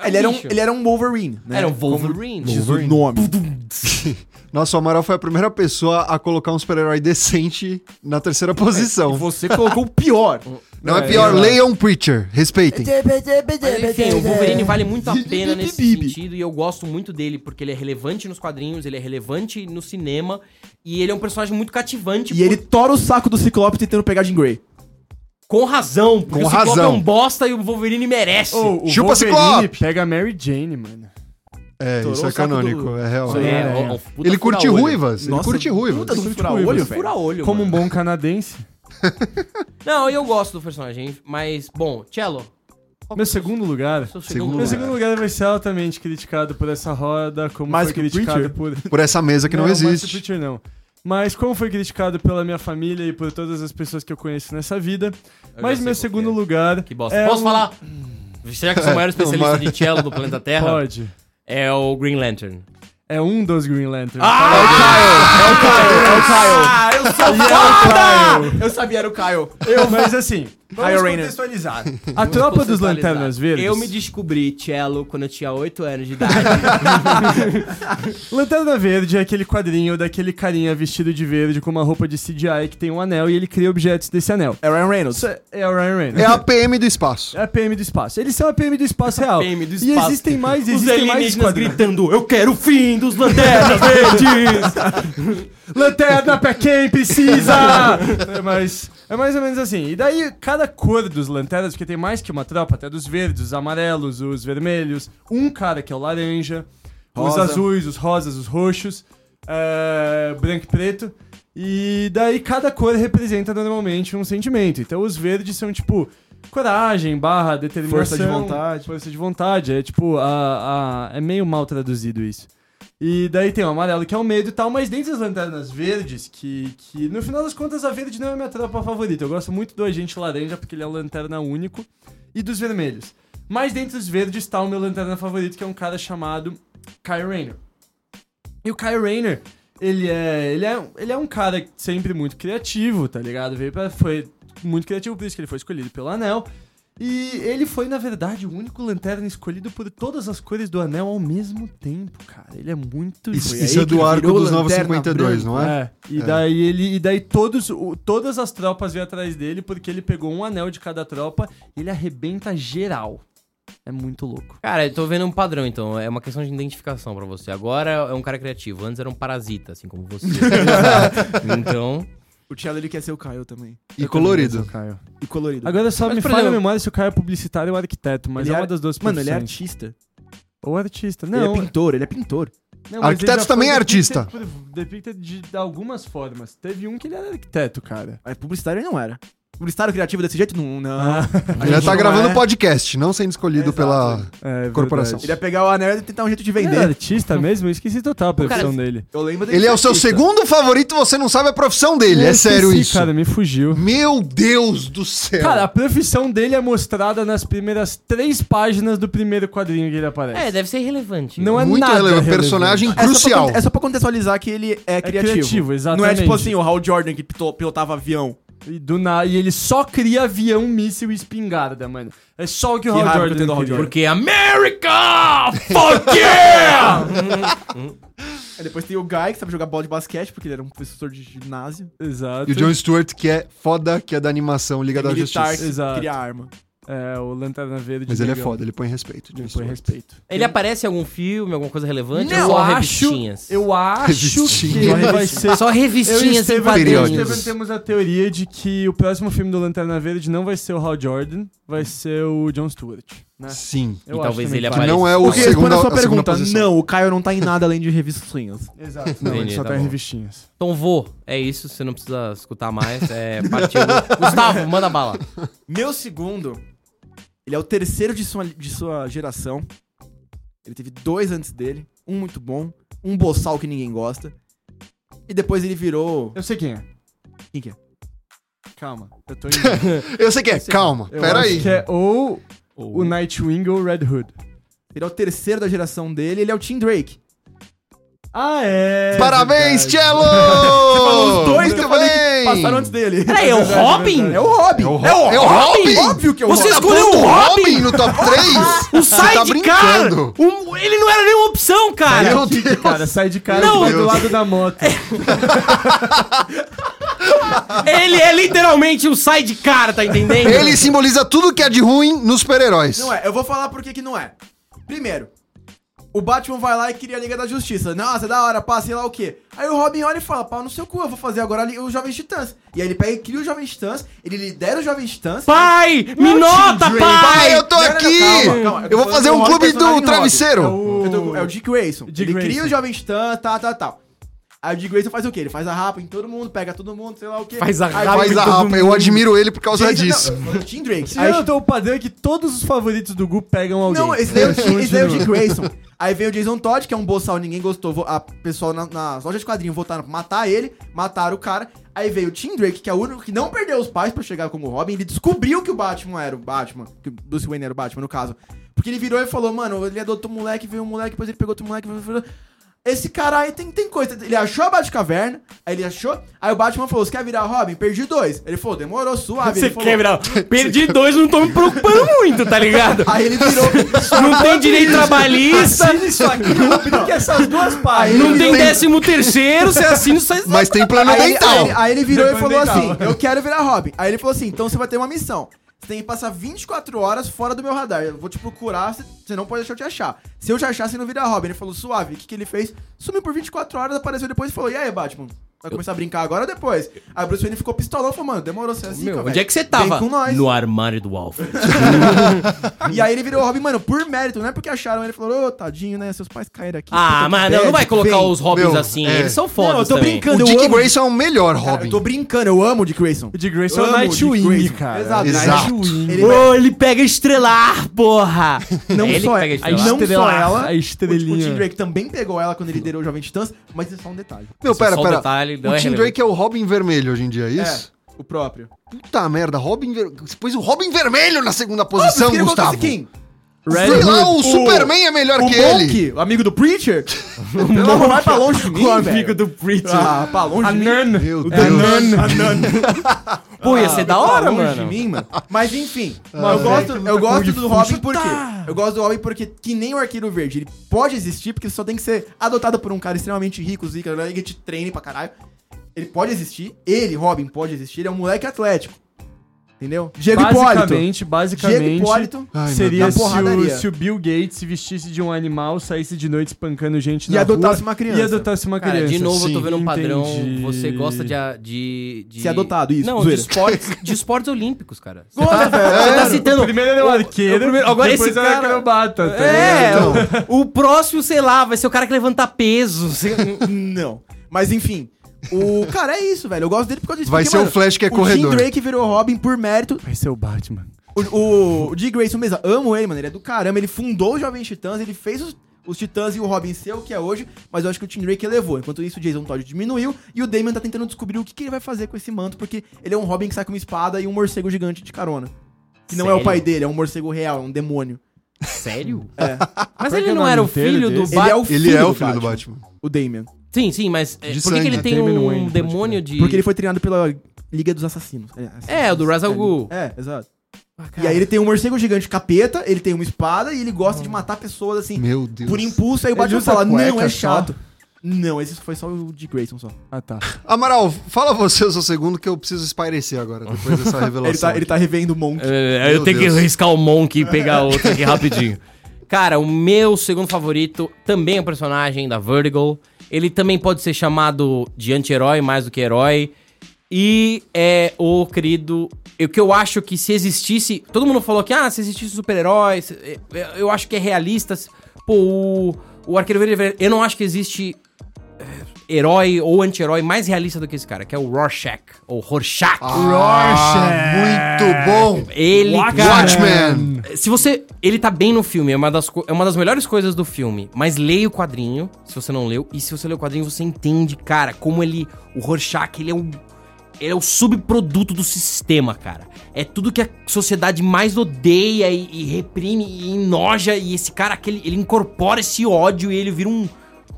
ele, era um, bicho. ele era um Wolverine, né? É Era um Wolverine. Diz o nome. Nossa, o Amaral foi a primeira pessoa a colocar um super-herói decente na terceira posição. Você colocou o pior. Não É, é pior, é. leiam Preacher, respeitem. Mas, enfim, o Wolverine vale muito a pena nesse Bibi. sentido e eu gosto muito dele porque ele é relevante nos quadrinhos, ele é relevante no cinema e ele é um personagem muito cativante E ele tora o saco do Ciclope tentando pegar Jim Grey. com razão, porque Com o Ciclope razão. é um bosta e o Wolverine merece. Ô, o Chupa, Wolverine Ciclope! pega a Mary Jane, mano. É, Estourou isso o é saco canônico, do- é real. Isso aí é- ó, ó, puta Ele curte fura-olho. ruivas, ele curte ruivas. Puta do Curte fura ruivas, olho, velho. Fura olho, Como um mano. bom canadense. Não, eu gosto do personagem, mas bom, Cello. Meu segundo lugar. seu Segundo Meu lugar. segundo lugar vai ser altamente criticado por essa roda, como Mais foi que o criticado Preacher? por. Por essa mesa que não, Master existe. Teacher não. Mas como foi criticado pela minha família e por todas as pessoas que eu conheço nessa vida, já mas sei meu qual segundo que é. lugar. Que bosta. é Posso um- falar? Será que eu sou o maior especialista de Cello do planeta Terra? Pode. É o Green Lantern. É um dos Green Lanterns. Ah, eu sou é Kyle! Eu sabia, era o Kyle. Mas assim, Kyle vamos Rayner. contextualizar. A tropa dos Lanternas Verdes. Eu me descobri cello quando eu tinha 8 anos de idade. Lanterna Verde é aquele quadrinho daquele carinha vestido de verde com uma roupa de CGI que tem um anel e ele cria objetos desse anel. É Ryan Reynolds. Isso é- é o Ryan Reynolds. É a PM do espaço. É a PM do espaço. Eles são a PM do espaço real. PM do E espaço. existem mais, Os existem mais alienígenas quadrinhos. gritando, eu quero o fim dos lanternas verdes! Lanterna pra quem precisa! é, mas é mais ou menos assim. E daí, cada cor dos lanternas, porque tem mais que uma tropa, até dos verdes, os amarelos, os vermelhos, um cara que é o laranja, os Rosa. azuis, os rosas, os roxos, é, branco e preto. E daí cada cor representa normalmente um sentimento. Então os verdes são tipo coragem, barra, determinação. Força de vontade. Força de vontade. É tipo, a- a- é meio mal traduzido isso. E daí tem o amarelo que é o medo e tal, mas dentre as lanternas verdes, que, que no final das contas a verde não é minha tropa favorita. Eu gosto muito do agente laranja porque ele é um lanterna único e dos vermelhos. Mas dentre os verdes tá o meu lanterna favorito, que é um cara chamado Kyle Rayner. E o Kyle Rayner, ele é, ele é, ele é um cara sempre muito criativo, tá ligado? Veio pra, foi muito criativo, por isso que ele foi escolhido pelo Anel. E ele foi, na verdade, o único lanterna escolhido por todas as cores do anel ao mesmo tempo, cara. Ele é muito Isso, gênio. isso é que do ele arco virou dos Novos Lanterna 52, Branca. não é? É, e daí ele e daí todos o- todas as tropas vêm atrás dele porque ele pegou um anel de cada tropa e ele arrebenta geral. É muito louco. Cara, eu tô vendo um padrão, então. É uma questão de identificação pra você. Agora é um cara criativo. Antes era um parasita, assim como você. então... O Cello, ele quer ser o Kyle também. E colorido. Caio. E colorido. Agora só Mas, me por fala a exemplo- memória se o Caio é publicitário ou arquiteto, mas Ele é é uma das duas Mano, ele é profissões. artista. Ou artista. Ele Não, é pintor, ele é pintor. não, mas Arquiteto ele já também foi é depicted artista. por- Depicted de, de algumas formas. Teve um que ele era arquiteto, cara. Mas publicitário ele não era. Publicitário criativo desse jeito? Não. não. Ah. A Ele gente tá não gravando é. podcast, não sendo escolhido Exato. pela. É Corporação. Ele ia pegar o anel e tentar um jeito de Ele era vender. artista mesmo? Eu esqueci total a profissão dele. Eu lembro dele Ele é ser o seu artista. segundo favorito, você não sabe a profissão dele. É Eu sério esqueci, isso. cara, me fugiu. Meu Deus do céu. Cara, a profissão dele é mostrada nas primeiras três páginas do primeiro quadrinho que ele aparece. É, deve ser irrelevante. Não é Muito nada relevante. relevante. um Personagem É só, pra, crucial. con- é só pra contextualizar que ele é criativo. criativo, Não é exatamente. tipo assim, o Hal Jordan que pito- pilotava avião. E, do na... e ele só cria avião, míssil e espingarda, mano. É só o que o Que Hal raiva que eu Jordan tenho do Hal cria. Jordan. Porque America! Fuck yeah! Aí depois tem o Guy, que sabe jogar bola de basquete, porque ele era um professor de ginásio. Exato. E o John Stewart, que é foda, que é da animação Liga da militar Justiça. que Exato. cria arma. É, o Lanterna Verde. Mas ele é negão. foda, ele põe respeito. John Ele põe Stewart. respeito. Ele aparece em algum filme, alguma coisa relevante? Eu ou só acho, revistinhas? eu acho que Revistinhas. ele vai ser... Só Eu e revistinhas em Estevam, eu e quadrinhos. Estevam temos a teoria de que o próximo filme do Lanterna Verde não vai ser o Hal Jordan, vai ser o John Stewart, né? Sim. Eu Uhum. E acho talvez também ele que Que Parece. não é o O que? segundo. Responda a sua segunda pergunta. posição. Não, o Caio não tá em nada além de revistinhas. Exato. Não, ele Entendi, só tá tá em bom. revistinhas. Então vou. É isso, você não precisa escutar mais. É, partiu. Gustavo, manda bala. Meu segundo, ele é o terceiro de sua, de sua geração. Ele teve dois antes dele, um muito bom, um boçal que ninguém gosta. E depois ele virou. Eu sei quem é. Quem que é? calma. Eu tô indo. Eu sei que é, calma, Eu peraí. acho que é ou Ou- o Nightwing ou o Red Hood. Ele é o terceiro da geração dele, ele é o Tim Drake. Ah, é. Parabéns, verdade. Cello! Os dois que eu Muito falei que bem! passaram antes dele. Peraí, é o Robin? É o Robin! É o É o É o Robin? Óbvio que é o Você Robin! escolheu o Robin? no top 3? O Você tá sidecar! brincando. O- Um, ele não era nenhuma opção, É cara! Meu Deus. Cara, sai de cara Não, É, vai do Deus. lado da moto. Ele é literalmente o sidecar, tá entendendo? Ele simboliza tudo que é de ruim nos super-heróis. Não é, eu vou falar por que que não é. Primeiro, o Batman vai lá e cria a Liga da Justiça. Nossa, é da hora, pá, sei lá o quê. Aí o Robin olha e fala, pau no seu cu, eu vou fazer agora ali os Jovens Titãs. E aí ele pega e cria os Jovens Titãs, ele lidera os Jovens Titãs. Pai, me nota, Pai, pai! eu tô Não, não, não, aqui! calma, calma. Eu vou fazer um Robin clube personagem do Robin. travesseiro. Eu tô- É o Dick Grayson. Dick ele cria Grayson. os Jovens Titãs, tal, tal, tal. Aí o Dick Grayson faz o quê? Ele faz a rapa em todo mundo, pega todo mundo, sei lá o quê. Faz a Aí rapa Faz a todo rapa, ah, eu mundo. admiro ele por causa Jason- disso. não, eu falei Tim Drake. Se Aí- eu não tô o padrão é que todos os favoritos do Gu pegam alguém. Não, esse daí é o Dick- esse daí é o Dick Continua. Grayson. Aí veio o Jason Todd, que é um boçal, ninguém gostou. vo- A pessoal na, nas lojas de quadrinhos votaram pra matar ele, mataram o cara. Aí veio o Tim Drake, que é o único que não perdeu os pais pra chegar como Robin. Ele descobriu que o Batman era o Batman, que o Bruce Wayne era o Batman, no caso. Porque ele virou e falou, mano, ele adotou um moleque, veio um moleque, depois ele pegou outro moleque. veio- veio- Esse cara aí tem, tem coisa. Ele achou a Batcaverna, aí ele achou. Aí o Batman falou: Você quer virar Robin? Perdi dois. Ele falou: Demorou, suave. Você Ele falou- quer virar? Perdi dois, não tô me preocupando muito, tá ligado? Aí ele virou. Não tem direito trabalhista, Isso aqui, Robin, que essas duas páginas. não tem décimo terceiro, você assina, você... Mas tem plano Aí, ele- aí dental. ele- aí ele virou e Depois falou dental. assim: Eu quero virar Robin. Aí ele falou assim: Então você vai ter uma missão. Você tem que passar 24 horas fora do meu radar. Eu vou te procurar, você- você não pode deixar eu te achar. Se eu te achar, você não vira Robin. Ele falou: Suave. O que, que ele fez? Sumiu por 24 horas, apareceu depois e falou: E aí, Batman? Vai começar a brincar agora ou depois? Aí o Bruce Wayne ficou pistolão e falou: Mano, demorou, você é assim, Meu, onde é que você tava? Vem com nós. No armário do Alfred. E aí ele virou Robin, mano, por mérito, não é porque acharam. Ele falou: Ô, tadinho, né? Seus pais caíram aqui. Ah, puta que mas não, não bad, vai colocar vem." os Robins Meu, assim, é. eles são fodas Não, eu tô também. brincando, o eu Dick amo. Grayson é o melhor Cara, Robin. eu tô brincando, eu amo o Dick Grayson. O Dick Grayson Eu é o amo o Dick Nightwing, Grayson. cara. Exato, né? Exato. Nightwing. Ele- Ô, ele pega estrelar, porra! Não É ele só que pega ela- A estrelar. não só estrela, ela, a O, tipo o Tim estrelinha. Drake também pegou ela quando ele liderou o Jovem Titãs, mas é só um detalhe. Meu, pera, Só o pera. detalhe, não o é Tim relevante. Drake é o Robin vermelho hoje em dia, é isso? O próprio. Puta merda, Robin ver... Você pôs o Robin vermelho na segunda é um posição, Gustavo. Quem? Sei lá, o, Superman é melhor O que Monk, ele. o amigo do Preacher? Não, vai pra longe de mim, O velho. amigo do Preacher. Ah, pra longe A de mim. Nan. Meu O Deus. da Nan. Pô, ia ser Ah, da vai pra hora, longe de mano. mim, mano. Mas enfim, Ah, eu, velho, gosto, que luta eu com gosto o do Gifu, Robin tá. por quê? Eu gosto do Robin porque, que nem o Arqueiro Verde, ele pode existir porque só tem que ser adotado por um cara extremamente rico, zica, né, que te treine pra caralho. Ele pode existir, ele, Robin, pode existir, ele é um moleque atlético. Entendeu? Diego Hipólito. Basicamente, Diego basicamente, Hipólito. Ai, meu seria Deus. se Na o, porradaria. se o Bill Gates se vestisse de um animal, saísse de noite espancando gente E na adotasse rua, uma criança. E adotasse uma Cara, criança. de novo eu tô sim, vendo um padrão. entendi. Você gosta de, a- de, de. Ser adotado, isso, Não, de zoeira. esportes, de esportes olímpicos, cara. Você Gosto, velho. tá citando. O primeiro ele é o arqueiro, o primeiro- agora depois esse ele é cara- acrobata. tá É, ligado? o, o próximo, sei lá, vai ser o cara que levantar peso. Você- Não. Mas enfim. O cara é isso, velho. Eu gosto dele por causa disso. Vai porque, ser o Flash que é O corredor. Tim Drake virou Robin por mérito Vai ser é o Batman. O, o, o Dick Grayson mesmo, amo ele, mano. Ele é do caramba. Ele fundou os Jovens Titãs, ele fez os, os Titãs e o Robin ser o que é hoje, mas eu acho que o Tim Drake elevou. Enquanto isso, o Jason Todd diminuiu e o Damian tá tentando descobrir o que, que ele vai fazer com esse manto, porque ele é um Robin que sai com uma espada e um morcego gigante de carona. Que não é Sério? o pai dele, é um morcego real, é um demônio. Sério? É. Qual Mas que ele é o não nome era o inteiro filho do desse? Ele é Batman. o filho, Ele é o do, filho do Batman, Batman. o Damian. Sim, sim, mas é, De por que que, sangue, ele né? tem Terminou um ainda, demônio de. Porque ele foi treinado pela Liga dos Assassinos. É, o do Ra's al Ghul. É, exato. Ah, E cara. aí ele tem um morcego gigante capeta, ele tem uma espada e ele gosta de matar pessoas assim. Meu Deus. Por impulso, aí o Ele Batman usa fala, cueca não, só? é chato. Não, esse foi só o de Grayson só. Ah, tá. Amaral, fala você o seu segundo que eu preciso espairecer agora, depois dessa revelação. Ele tá, ele tá revendo o Monk. É, Meu eu tenho Deus. que riscar o Monk e pegar outro aqui rapidinho. Cara, o meu segundo favorito também é um personagem da Vertigo. Ele também pode ser chamado de anti-herói mais do que herói. E é o querido. O que eu acho que se existisse. Todo mundo falou que, ah, se existisse super-herói. se- é, é, Eu acho que é realista. se- Pô, o, o Arqueiro Verde. Eu não acho que existe é, herói ou anti-herói mais realista do que esse cara, que é o Rorschach. Ou Rorschach. Ah, muito bom. Ele, cara, Watchmen. se você. Ele tá bem no filme, é uma, das, co- é uma das melhores coisas do filme. Mas leia o quadrinho, se você não leu. E se você leu o quadrinho, você entende, cara, como ele. O Rorschach, ele é um. ele é o subproduto do sistema, cara. É tudo que a sociedade mais odeia e, e reprime e enoja. E esse cara, aquele, ele incorpora esse ódio e ele vira um,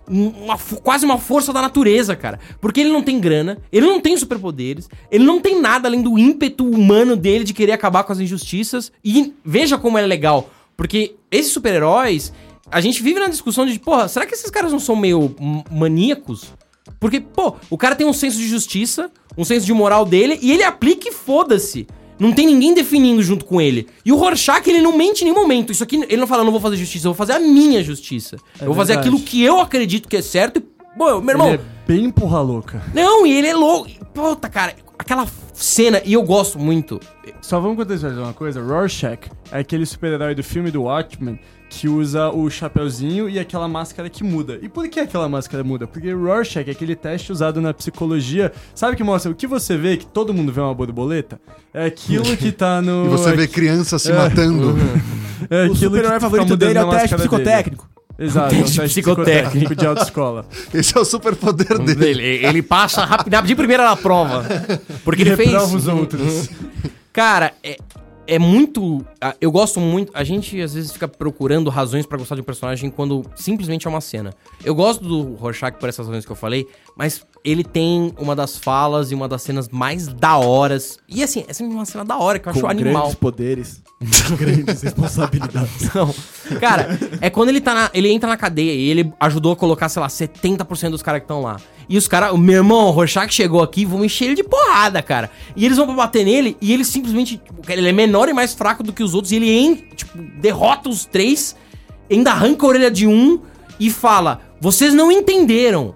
um- uma fo- quase uma força da natureza, cara. Porque ele não tem grana, ele não tem superpoderes, ele não tem nada além do ímpeto humano dele de querer acabar com as injustiças. E veja como é legal, porque esses super-heróis, a gente vive na discussão de, porra, será que esses caras não são meio m- maníacos? Porque, pô, o cara tem um senso de justiça, um senso de moral dele, e ele aplica e foda-se. Não tem ninguém definindo junto com ele. E o Rorschach, ele não mente em nenhum momento. Isso aqui, ele não fala, não vou fazer justiça, eu vou fazer a minha justiça. eu vou fazer verdade. aquilo que eu acredito que é certo e. Pô, meu irmão. Ele é bem porra louca. Não, e ele é louco. Puta, cara, aquela cena, e eu gosto muito. Só vamos contextualizar uma coisa. Rorschach é aquele super-herói do filme do Watchmen que usa o chapeuzinho e aquela máscara que muda. E por que aquela máscara muda? Porque Rorschach é aquele teste usado na psicologia. Sabe que mostra o que você vê, que todo mundo vê uma borboleta? É aquilo que tá no... E você vê é- criança se é. matando. É o aquilo super-herói que fica favorito mudando dele é na o teste máscara dele. psicotécnico. Exato, é um teste psicotécnico de autoescola. Esse é o superpoder dele. Ele, ele passa rapidamente de primeira na prova. Porque ele fez. Reprova os outros. Cara, é, é muito. ah, Eu gosto muito. A gente às vezes fica procurando razões pra gostar de um personagem quando simplesmente é uma cena. Eu gosto do Rorschach por essas razões que eu falei, mas ele tem uma das falas e uma das cenas mais da horas. E assim, essa é uma cena da hora que eu acho animal. poderes, grandes responsabilidades. Não. Cara, é quando ele tá na, ele entra na cadeia e ele ajudou a colocar, sei lá, 70% dos caras que estão lá. E os caras, meu irmão, o Rorschach chegou aqui, vamos encher ele de porrada, cara. E eles vão pra bater nele e ele simplesmente, tipo, ele é menor e mais fraco do que os outros e ele en- tipo, derrota os três, ainda arranca a orelha de um e fala: "Vocês não entenderam.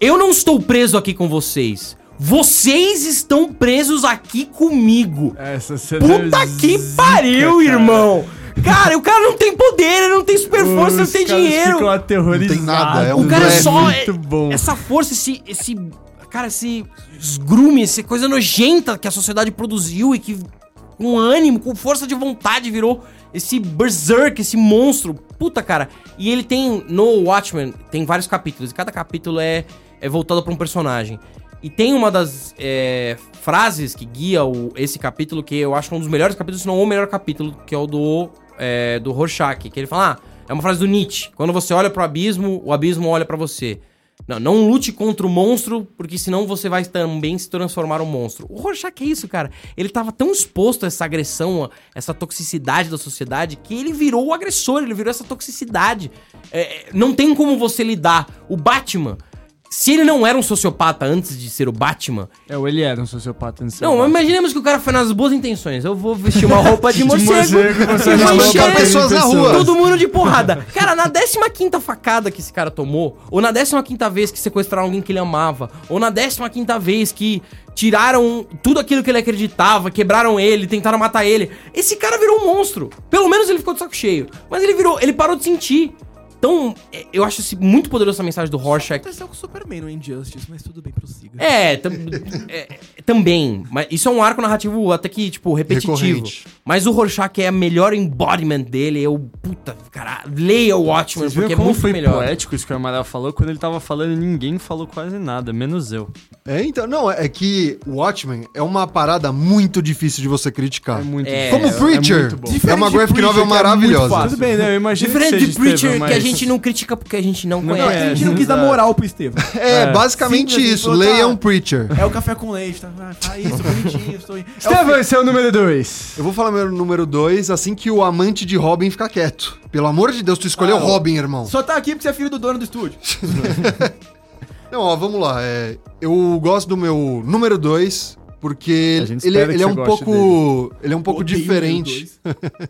Eu não estou preso aqui com vocês. Vocês estão presos aqui comigo." Essa cena Puta é que zica, pariu, cara. irmão! Cara, o cara não tem poder, ele não tem super força, ele não Os tem caras dinheiro. ficam aterrorizados. Não tem nada, é um O cara é Leve. só. é Muito bom. Essa força, esse. esse cara, esse esgrume, essa coisa nojenta que a sociedade produziu e que com ânimo, com força de vontade virou esse berserk, esse monstro. Puta, cara. E ele tem. No Watchmen, tem vários capítulos e cada capítulo é, é voltado pra um personagem. E tem uma das é, frases que guia o- esse capítulo, que eu acho um dos melhores capítulos, se não o melhor capítulo, que é o do, é, do Rorschach, que ele fala: ah, é uma frase do Nietzsche. Quando você olha pro abismo, o abismo olha pra você. Não, não lute contra o monstro, porque senão você vai também se transformar um monstro. O Rorschach é isso, cara. Ele tava tão exposto a essa agressão, a essa toxicidade da sociedade, que ele virou o agressor, ele virou essa toxicidade. É, é, não tem como você lidar. O Batman, se ele não era um sociopata antes de ser o Batman... É, ou ele era um sociopata. sei Não, lá. mas imaginemos que o cara foi nas boas intenções. Eu vou vestir uma roupa de morcego, morcego, você vai e vou arrancar encher pessoas na rua. Todo mundo de porrada. Cara, na 15 facada que esse cara tomou, ou na 15 vez que sequestraram alguém que ele amava, ou na 15 vez que tiraram tudo aquilo que ele acreditava, quebraram ele, tentaram matar ele, esse cara virou um monstro. Pelo menos ele ficou de saco cheio. Mas ele virou, ele parou de sentir. Então, é, eu acho esse- muito poderoso essa mensagem do Rorschach. Aconteceu com o Superman no Injustice, mas tudo bem, prossiga. É, tam- é, também. Mas isso é um arco narrativo até que, tipo, repetitivo. Recorrente. Mas o Rorschach é a melhor embodiment dele. Eu, puta, cara, leia o Watchmen, Vocês viram porque é como muito foi melhor. poético isso que o Amaral falou? Quando ele tava falando, ninguém falou quase nada, menos eu. É, então, não, é que Watchmen é uma parada muito difícil de você criticar. muito É, Como é Preacher, muito bom. é, uma Diferente de graphic novel Preacher, que é muito maravilhosa. fácil. Tudo bem, né? Eu imagino Diferente que de seja, Estevam, Preacher, que a mas- gente não critica porque a gente não, Não, conhece. a gente não é, quis dar exato. moral pro Estevam. é, É. basicamente Simples, isso, assim, leia tá. um Preacher. É o café com leite, tá? Ah, faz isso, bonitinho, estou... É o Estevam, esse é o número 2. Eu vou falar meu número dois assim que o amante de Robin ficar quieto. Pelo amor de Deus, tu escolheu Ah, Robin, irmão. Só tá aqui porque você é filho do dono do estúdio. Não, ó, vamos lá. é, eu gosto do meu número 2, porque A gente ele, espera que ele é você um goste pouco. Ele é um pouco Odeio o diferente. número Ele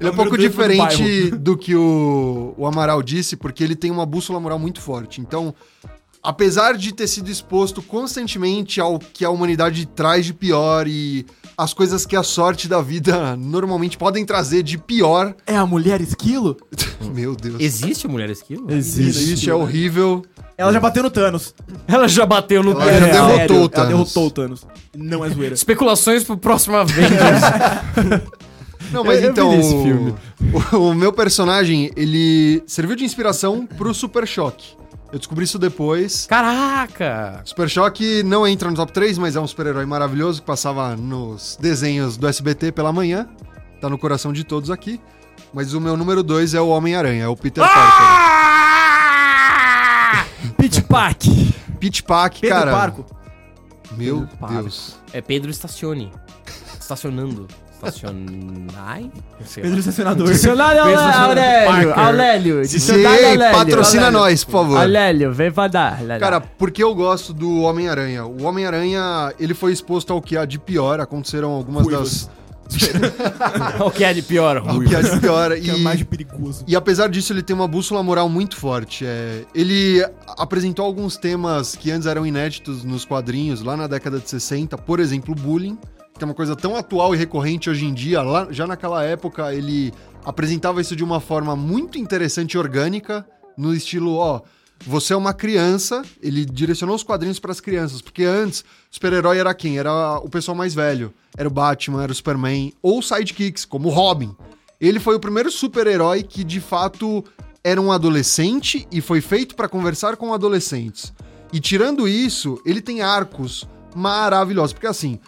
é É o um pouco número dois do diferente do que o, o Amaral disse, porque ele tem uma bússola moral muito forte. Então, apesar de ter sido exposto constantemente ao que a humanidade traz de pior e as coisas que a sorte da vida normalmente podem trazer de pior. É a mulher esquilo? Meu Deus. Existe a mulher esquilo? Existe. Existe, é horrível. Ela já bateu no Thanos. Ela já bateu no... Ela já É, derrotou sério, o Ela Thanos. derrotou o Thanos. Não é zoeira. Especulações pro próximo Avengers. Não, mas Eu- eu então. vi esse filme. O, o meu personagem, ele serviu de inspiração pro Super Choque. Eu descobri isso depois. Caraca! Super Choque não entra no top 3, mas é um super-herói maravilhoso que passava nos desenhos do SBT pela manhã. Tá no coração de todos aqui. Mas o meu número 2 é o Homem-Aranha, é o Ah! Peter Pitch Pack. Parker. Pitch Pack, Pedro cara. Parco. Meu Pedro Parco. Deus. É Pedro Estacione. Estacionando. Estacionai? Sei lá. Pedro Estacionador. Dicionário Pensa Aurélio. no Aurélio. Parker. Aurélio. Se Dicionário Aurélio. patrocina Aurélio. nós, por favor. Aurélio, vem pra dar. Aurélio. é Cara, por que eu gosto do Homem-Aranha? O Homem-Aranha, ele foi exposto ao que há de pior. Aconteceram algumas das... o que é de pior? Ao que há de pior. Que é e- mais perigoso. E apesar disso, ele tem uma bússola moral muito forte. É, ele apresentou alguns temas que antes eram inéditos nos quadrinhos, lá na década de 60, por exemplo, bullying, que é uma coisa tão atual e recorrente hoje em dia. Lá, já naquela época, ele apresentava isso de uma forma muito interessante e orgânica, no estilo, ó, você é uma criança, ele direcionou os quadrinhos para as crianças, porque antes, super-herói era quem? Era o pessoal mais velho. Era o Batman, era o Superman, ou sidekicks, como o Robin. Ele foi o primeiro super-herói que de fato era um adolescente e foi feito para conversar com adolescentes. E tirando isso, ele tem arcos maravilhosos, porque assim,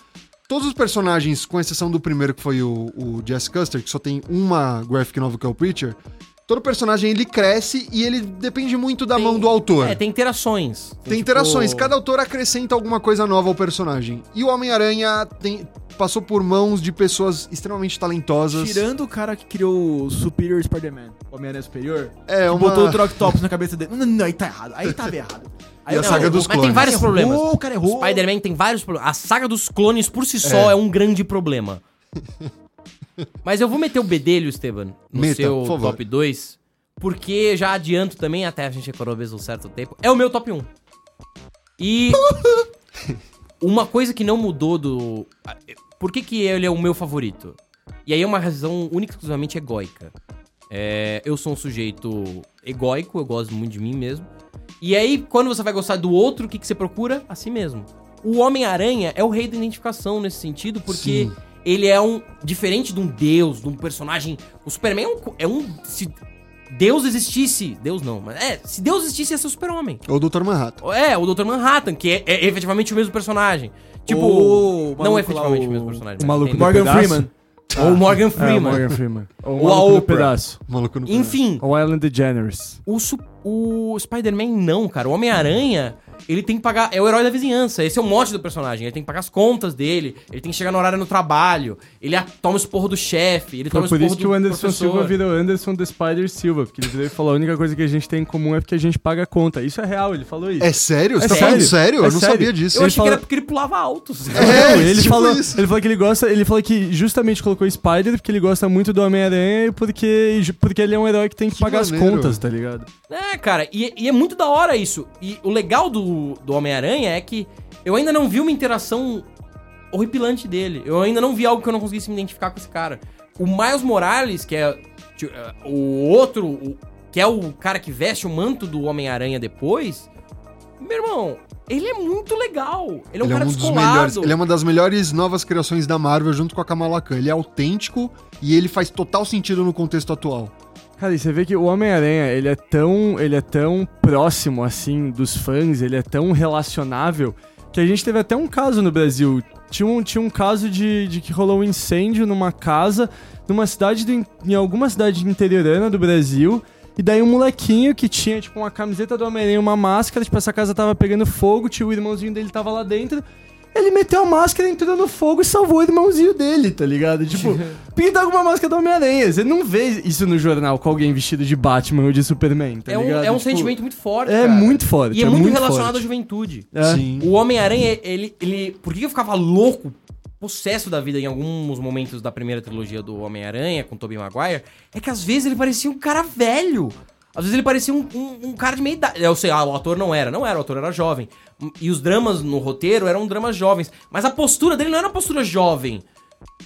todos os personagens, com exceção do primeiro que foi o, o Jess Custer, que só tem uma graphic novel que é o Preacher, todo personagem ele cresce e ele depende muito da Tem- mão do autor. É, tem interações. Tem tipo, interações, cada autor acrescenta alguma coisa nova ao personagem. E o Homem-Aranha tem- passou por mãos de pessoas extremamente talentosas. Tirando o cara que criou o Superior Spider-Man, o Homem-Aranha Superior, é, que uma... botou o Troctopus na cabeça dele. Não, não, aí tá errado. Aí tava errado. Aí E a não, saga errou. dos Mas tem clones. vários problemas. Errou, o cara errou. Spider-Man tem vários problemas. A saga dos clones por si só é, um grande problema. Mas eu vou meter o bedelho, Esteban, no Meta, seu por favor. top 2. Porque já adianto também, até a gente economiza um certo tempo. É o meu top 1. E. uma coisa que não mudou do. Por que, que ele é o meu favorito? E aí é uma razão única e exclusivamente egóica. É, eu sou um sujeito egóico, eu gosto muito de mim mesmo. E aí, quando você vai gostar do outro, o que, que você procura? A si mesmo. O Homem-Aranha é o rei da identificação nesse sentido, porque Sim. ele é um. Diferente de um deus, de um personagem. O Superman é um. co- É um se Deus existisse. Deus não, mas. É, se Deus existisse, ia ser o Super-Homem. Ou o Dr. Manhattan. É, o Dr. Manhattan, que é, é efetivamente o mesmo personagem. Tipo, Ou o maluco não lá, é efetivamente o, o- mesmo personagem. o mas maluco tem- do Morgan pedaço. Freeman. Ou o Morgan Freeman. É, o Morgan Freeman. Ou Ou a a Oprah. pedaço. Maluco no Enfim, Ou Ellen DeGeneres. o, su- o Spider-Man não, cara. O Homem-Aranha, ele tem que pagar. É o herói da vizinhança. Esse é o mote do personagem. Ele tem que pagar as contas dele. Ele tem que chegar no horário no trabalho. Ele a- toma o esporro do chefe. Ele Foi toma por o esporro isso que o do Anderson professor. Silva virou Anderson The Spider Silva. Porque ele virou e falou: a única coisa que a gente tem em comum é porque a gente paga a conta. Isso é real, ele falou isso. É sério? Você É tá sério? falando sério? É eu não sério. sabia disso. Eu Ele achei fala- que era porque ele pulava alto. assim. É, Não, ele, tipo falou, isso. ele falou que ele gosta, ele falou que justamente colocou Spider porque ele gosta muito do Homem-Aranha e porque, e ju- porque ele é um herói que tem que, Que pagar as maneiro. contas, tá ligado? É, cara, e, e é muito da hora isso. E o legal do, do Homem-Aranha é que eu ainda não vi uma interação horripilante dele. Eu ainda não vi algo que eu não conseguisse me identificar com esse cara. O Miles Morales, que é ti- é, o outro, o- que é o cara que veste o manto do Homem-Aranha depois, meu irmão, ele é muito legal. Ele Ele é um é cara um dos melhores. descolado. Ele é uma das melhores novas criações da Marvel junto com a Kamala Khan. Ele é autêntico e ele faz total sentido no contexto atual. Cara, e você vê que o Homem-Aranha, ele é tão, ele é tão próximo assim dos fãs, ele é tão relacionável que a gente teve até um caso no Brasil. Tinha um, tinha um caso de, de que rolou um incêndio numa casa, numa cidade do in- em alguma cidade interiorana do Brasil. E daí um molequinho que tinha, tipo, uma camiseta do Homem-Aranha e uma máscara, tipo, essa casa tava pegando fogo, tio, o irmãozinho dele tava lá dentro. Ele meteu a máscara, entrou no fogo e salvou o irmãozinho dele, tá ligado? Tipo, pinta alguma máscara do Homem-Aranha. Você não vê isso no jornal com alguém vestido de Batman ou de Superman, tá É um, ligado? é um Tipo, sentimento muito forte. É cara. muito forte. E é, muito, relacionado forte. à juventude. É. O Homem-Aranha, ele, ele. Por que eu ficava louco, possesso da vida em alguns momentos da primeira trilogia do Homem-Aranha com Tobey Maguire? É que às vezes ele parecia um cara velho. Às vezes ele parecia um, um- um cara de meia idade. Eu sei, ah, o ator não era. Não era, o ator era jovem. E os dramas no roteiro eram dramas jovens. Mas a postura dele não era uma postura jovem.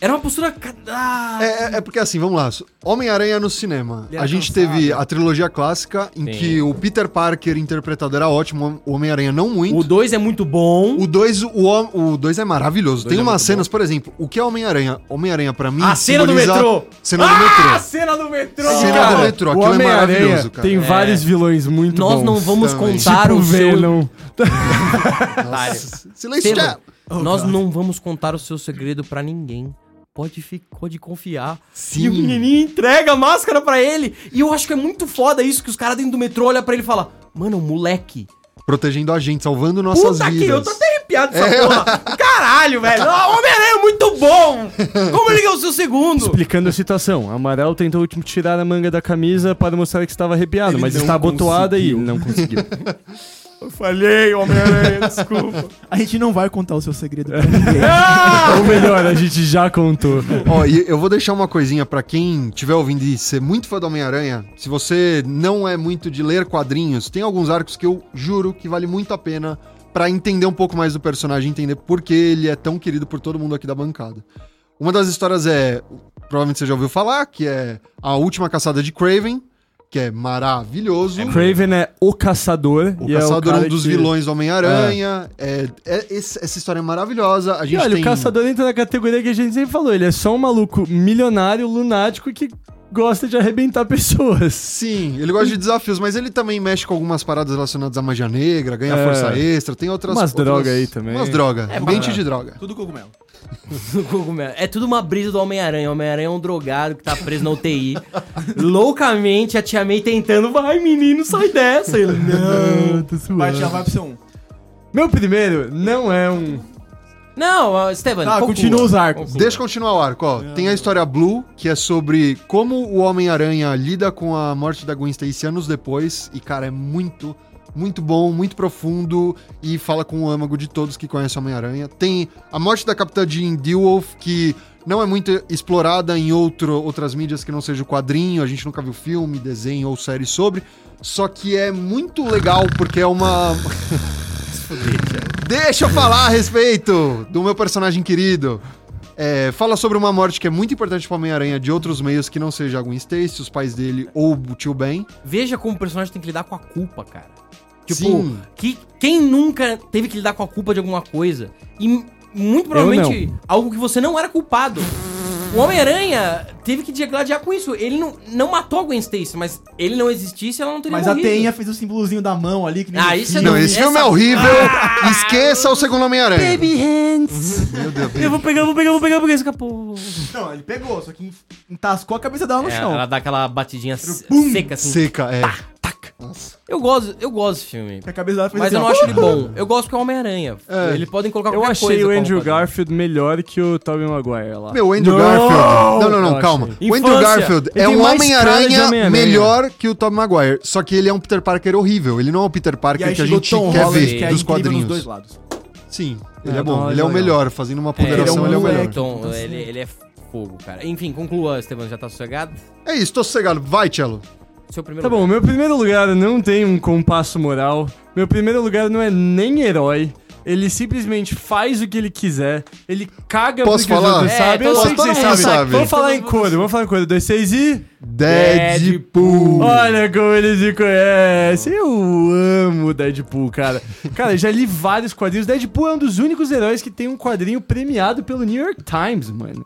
Era uma postura. ca- Ah, É, é- é porque assim, vamos lá. Homem-Aranha no cinema. é Ele era A gente cansado. teve a trilogia clássica, em Sim. que o Peter Parker interpretado era ótimo, o Homem-Aranha não muito. O 2 é muito bom. O 2 o, hom- o dois é maravilhoso. Dois Tem é umas muito cenas, por exemplo, o que é Homem-Aranha? Homem-Aranha, pra mim, A cena do simboliza- metrô. Cena do Ah, metrô. cena do metrô! Cena cara. do metrô, o aquilo é Homem-Aranha maravilhoso, cara. tem É. vários vilões muito Nós bons. não vamos também. contar tipo o seu Venom. Nossa, Silêncio, Estevam, já. nós não vamos contar o seu segredo pra ninguém. Pode, fi- pode confiar. Sim. E o menininho entrega a máscara pra ele. E eu acho que é muito foda isso, que os caras dentro do metrô olham pra ele e falam, mano, moleque. Protegendo a gente, salvando nossas Puta que vidas. É. eu tô até arrepiado dessa porra. Caralho, velho. Ah, Homem-Aranha é muito bom. Como ele ganhou o seu segundo? Explicando a situação, Amarelo tentou tirar a manga da camisa para mostrar que estava arrepiado, Ele mas não está abotoada e não conseguiu. Eu falhei, Homem-Aranha, desculpa. É. A gente não vai contar o seu segredo pra ninguém. Ou melhor, a gente já contou. Ó, e eu vou deixar uma coisinha pra quem tiver ouvindo e ser muito fã do Homem-Aranha. Se você não é muito de ler quadrinhos, tem alguns arcos que eu juro que vale muito a pena pra entender um pouco mais do personagem, entender por que ele é tão querido por todo mundo aqui da bancada. Uma das histórias é, provavelmente você já ouviu falar, que é A Última Caçada de Craven, que é maravilhoso. Craven é o caçador. o e caçador é cara um dos que- vilões do Homem-Aranha. É. é- esse- essa história é maravilhosa. A gente E olha, tem... o caçador entra na categoria que a gente sempre falou. Ele é só um maluco milionário, lunático, que gosta de arrebentar pessoas. Sim, ele gosta de desafios, mas ele também mexe com algumas paradas relacionadas à magia negra, ganha É. força extra, tem outras Umas outras- droga aí também. Umas droga, É, foguete barato. de droga. Tudo cogumelo. Cogumelo. É tudo uma brisa do Homem-Aranha. O Homem-Aranha é um drogado que tá preso na UTI. Loucamente, a tia May tentando. Vai, menino, sai dessa. Ele, não. tô suave. é. Mas já vai pro seu 1. Meu primeiro não é um. Não, ah, Esteban. Tá, conclua. continua os arcos. Conclua. Deixa eu continuar o arco, ó. Tem a história Blue, que é sobre como o Homem-Aranha lida com a morte da Gwen Stacy anos depois. E, cara, é muito, muito bom, muito profundo. E fala com o âmago de todos que conhecem o Homem-Aranha. Tem a morte da Capitã Jean Dewolf, que não é muito explorada em outro, outras mídias que não seja o quadrinho. A gente nunca viu filme, desenho ou série sobre. Só que é muito legal, porque é uma... Deixa eu falar a respeito do meu personagem querido. É, fala sobre uma morte que é muito importante para Homem-Aranha de outros meios que não seja a Gwen Stacy, os pais dele ou o tio Ben. Veja como o personagem tem que lidar com a culpa, cara. Tipo, Sim. que quem nunca teve que lidar com a culpa de alguma coisa? E m- muito Eu não. provavelmente algo que você não era culpado. O Homem-Aranha teve que digladiar com isso. Ele não, não matou a Gwen Stacy, mas ele não existisse, ela não teria Mas a teinha fez o símbolozinho da mão ali. Que nem Ah, no isso é filme. Não, esse essa- filme é horrível. Esqueça é o segundo Homem-Aranha. hands. Meu Deus. Eu vou pegar, eu vou pegar, eu vou pegar, porque escapou. Não, ele pegou, só que entascou a cabeça dela no É, chão. ela dá aquela batidinha se- seca assim. Seca, é. Tac. Nossa. Eu gosto, eu gosto desse filme. Que a cabeça dela fez Mas assim, eu não ó. acho ele bom. Eu gosto que é o Homem-Aranha. É. Eles podem colocar Eu qualquer coisa. achei o como Andrew padrão. Garfield melhor que o Tobey Maguire lá. Meu, o Andrew Não! Garfield. Não, não, não, Eu calma. achei. O Andrew Infância. Garfield Ele é tem um mais cara de Homem-Aranha Homem-Aranha. melhor que o Tom Maguire. Só que ele é um Peter Parker horrível. Ele não é o Peter E aí Parker que a chegou gente Tom quer Holland, ver que é dos incrível quadrinhos. nos dois lados. Sim, ele É, é bom. não, ele é o legal. melhor. Fazendo uma É, Ele é ponderação, um ele é o melhor. moleque. Então, ele, ele é fogo, cara. Enfim, conclua, Esteban. Já tá sossegado? É isso, tô sossegado. Vai, Cello. Seu primeiro Tá bom, meu primeiro lugar não tem um compasso moral. Meu primeiro lugar não é nem herói. Ele simplesmente faz o que ele quiser. Ele caga Posso porque os falar? um outros É, sabem. Eu todo- sei que todo vocês mundo sabem. sabe. Vamos falar Todo em mundo coro. Vamos falar em coro. Dois, seis e... Deadpool. Olha como eles me conhecem. Eu amo Deadpool, cara. Cara, eu já li vários quadrinhos. Deadpool é um dos únicos heróis que tem um quadrinho premiado pelo New York Times, mano.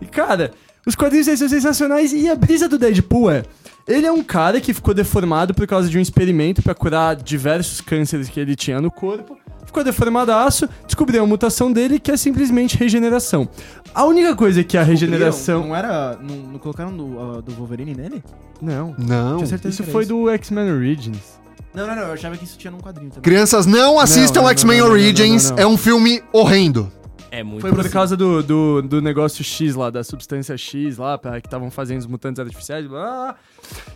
E, cara, os quadrinhos deles são sensacionais. E a brisa do Deadpool é. Ele é um cara que ficou deformado por causa de um experimento pra curar diversos cânceres que ele tinha no corpo. Ficou deformadaço, descobriu a mutação dele, que é simplesmente regeneração. A única coisa que é a regeneração. Não era. Não, não colocaram do, ah, do Wolverine nele? Não. Não. Tinha certeza Isso que era foi do X-Men Origins. Não, não, não. Eu achava que isso tinha num quadrinho também. Crianças, não assistam Não, não, X-Men não, não, não, Origins. não, não, não. É um filme horrendo. É muito Foi por possível. causa do, do, do negócio X lá, da substância X lá, pra, que estavam fazendo os mutantes artificiais, blá, blá, blá.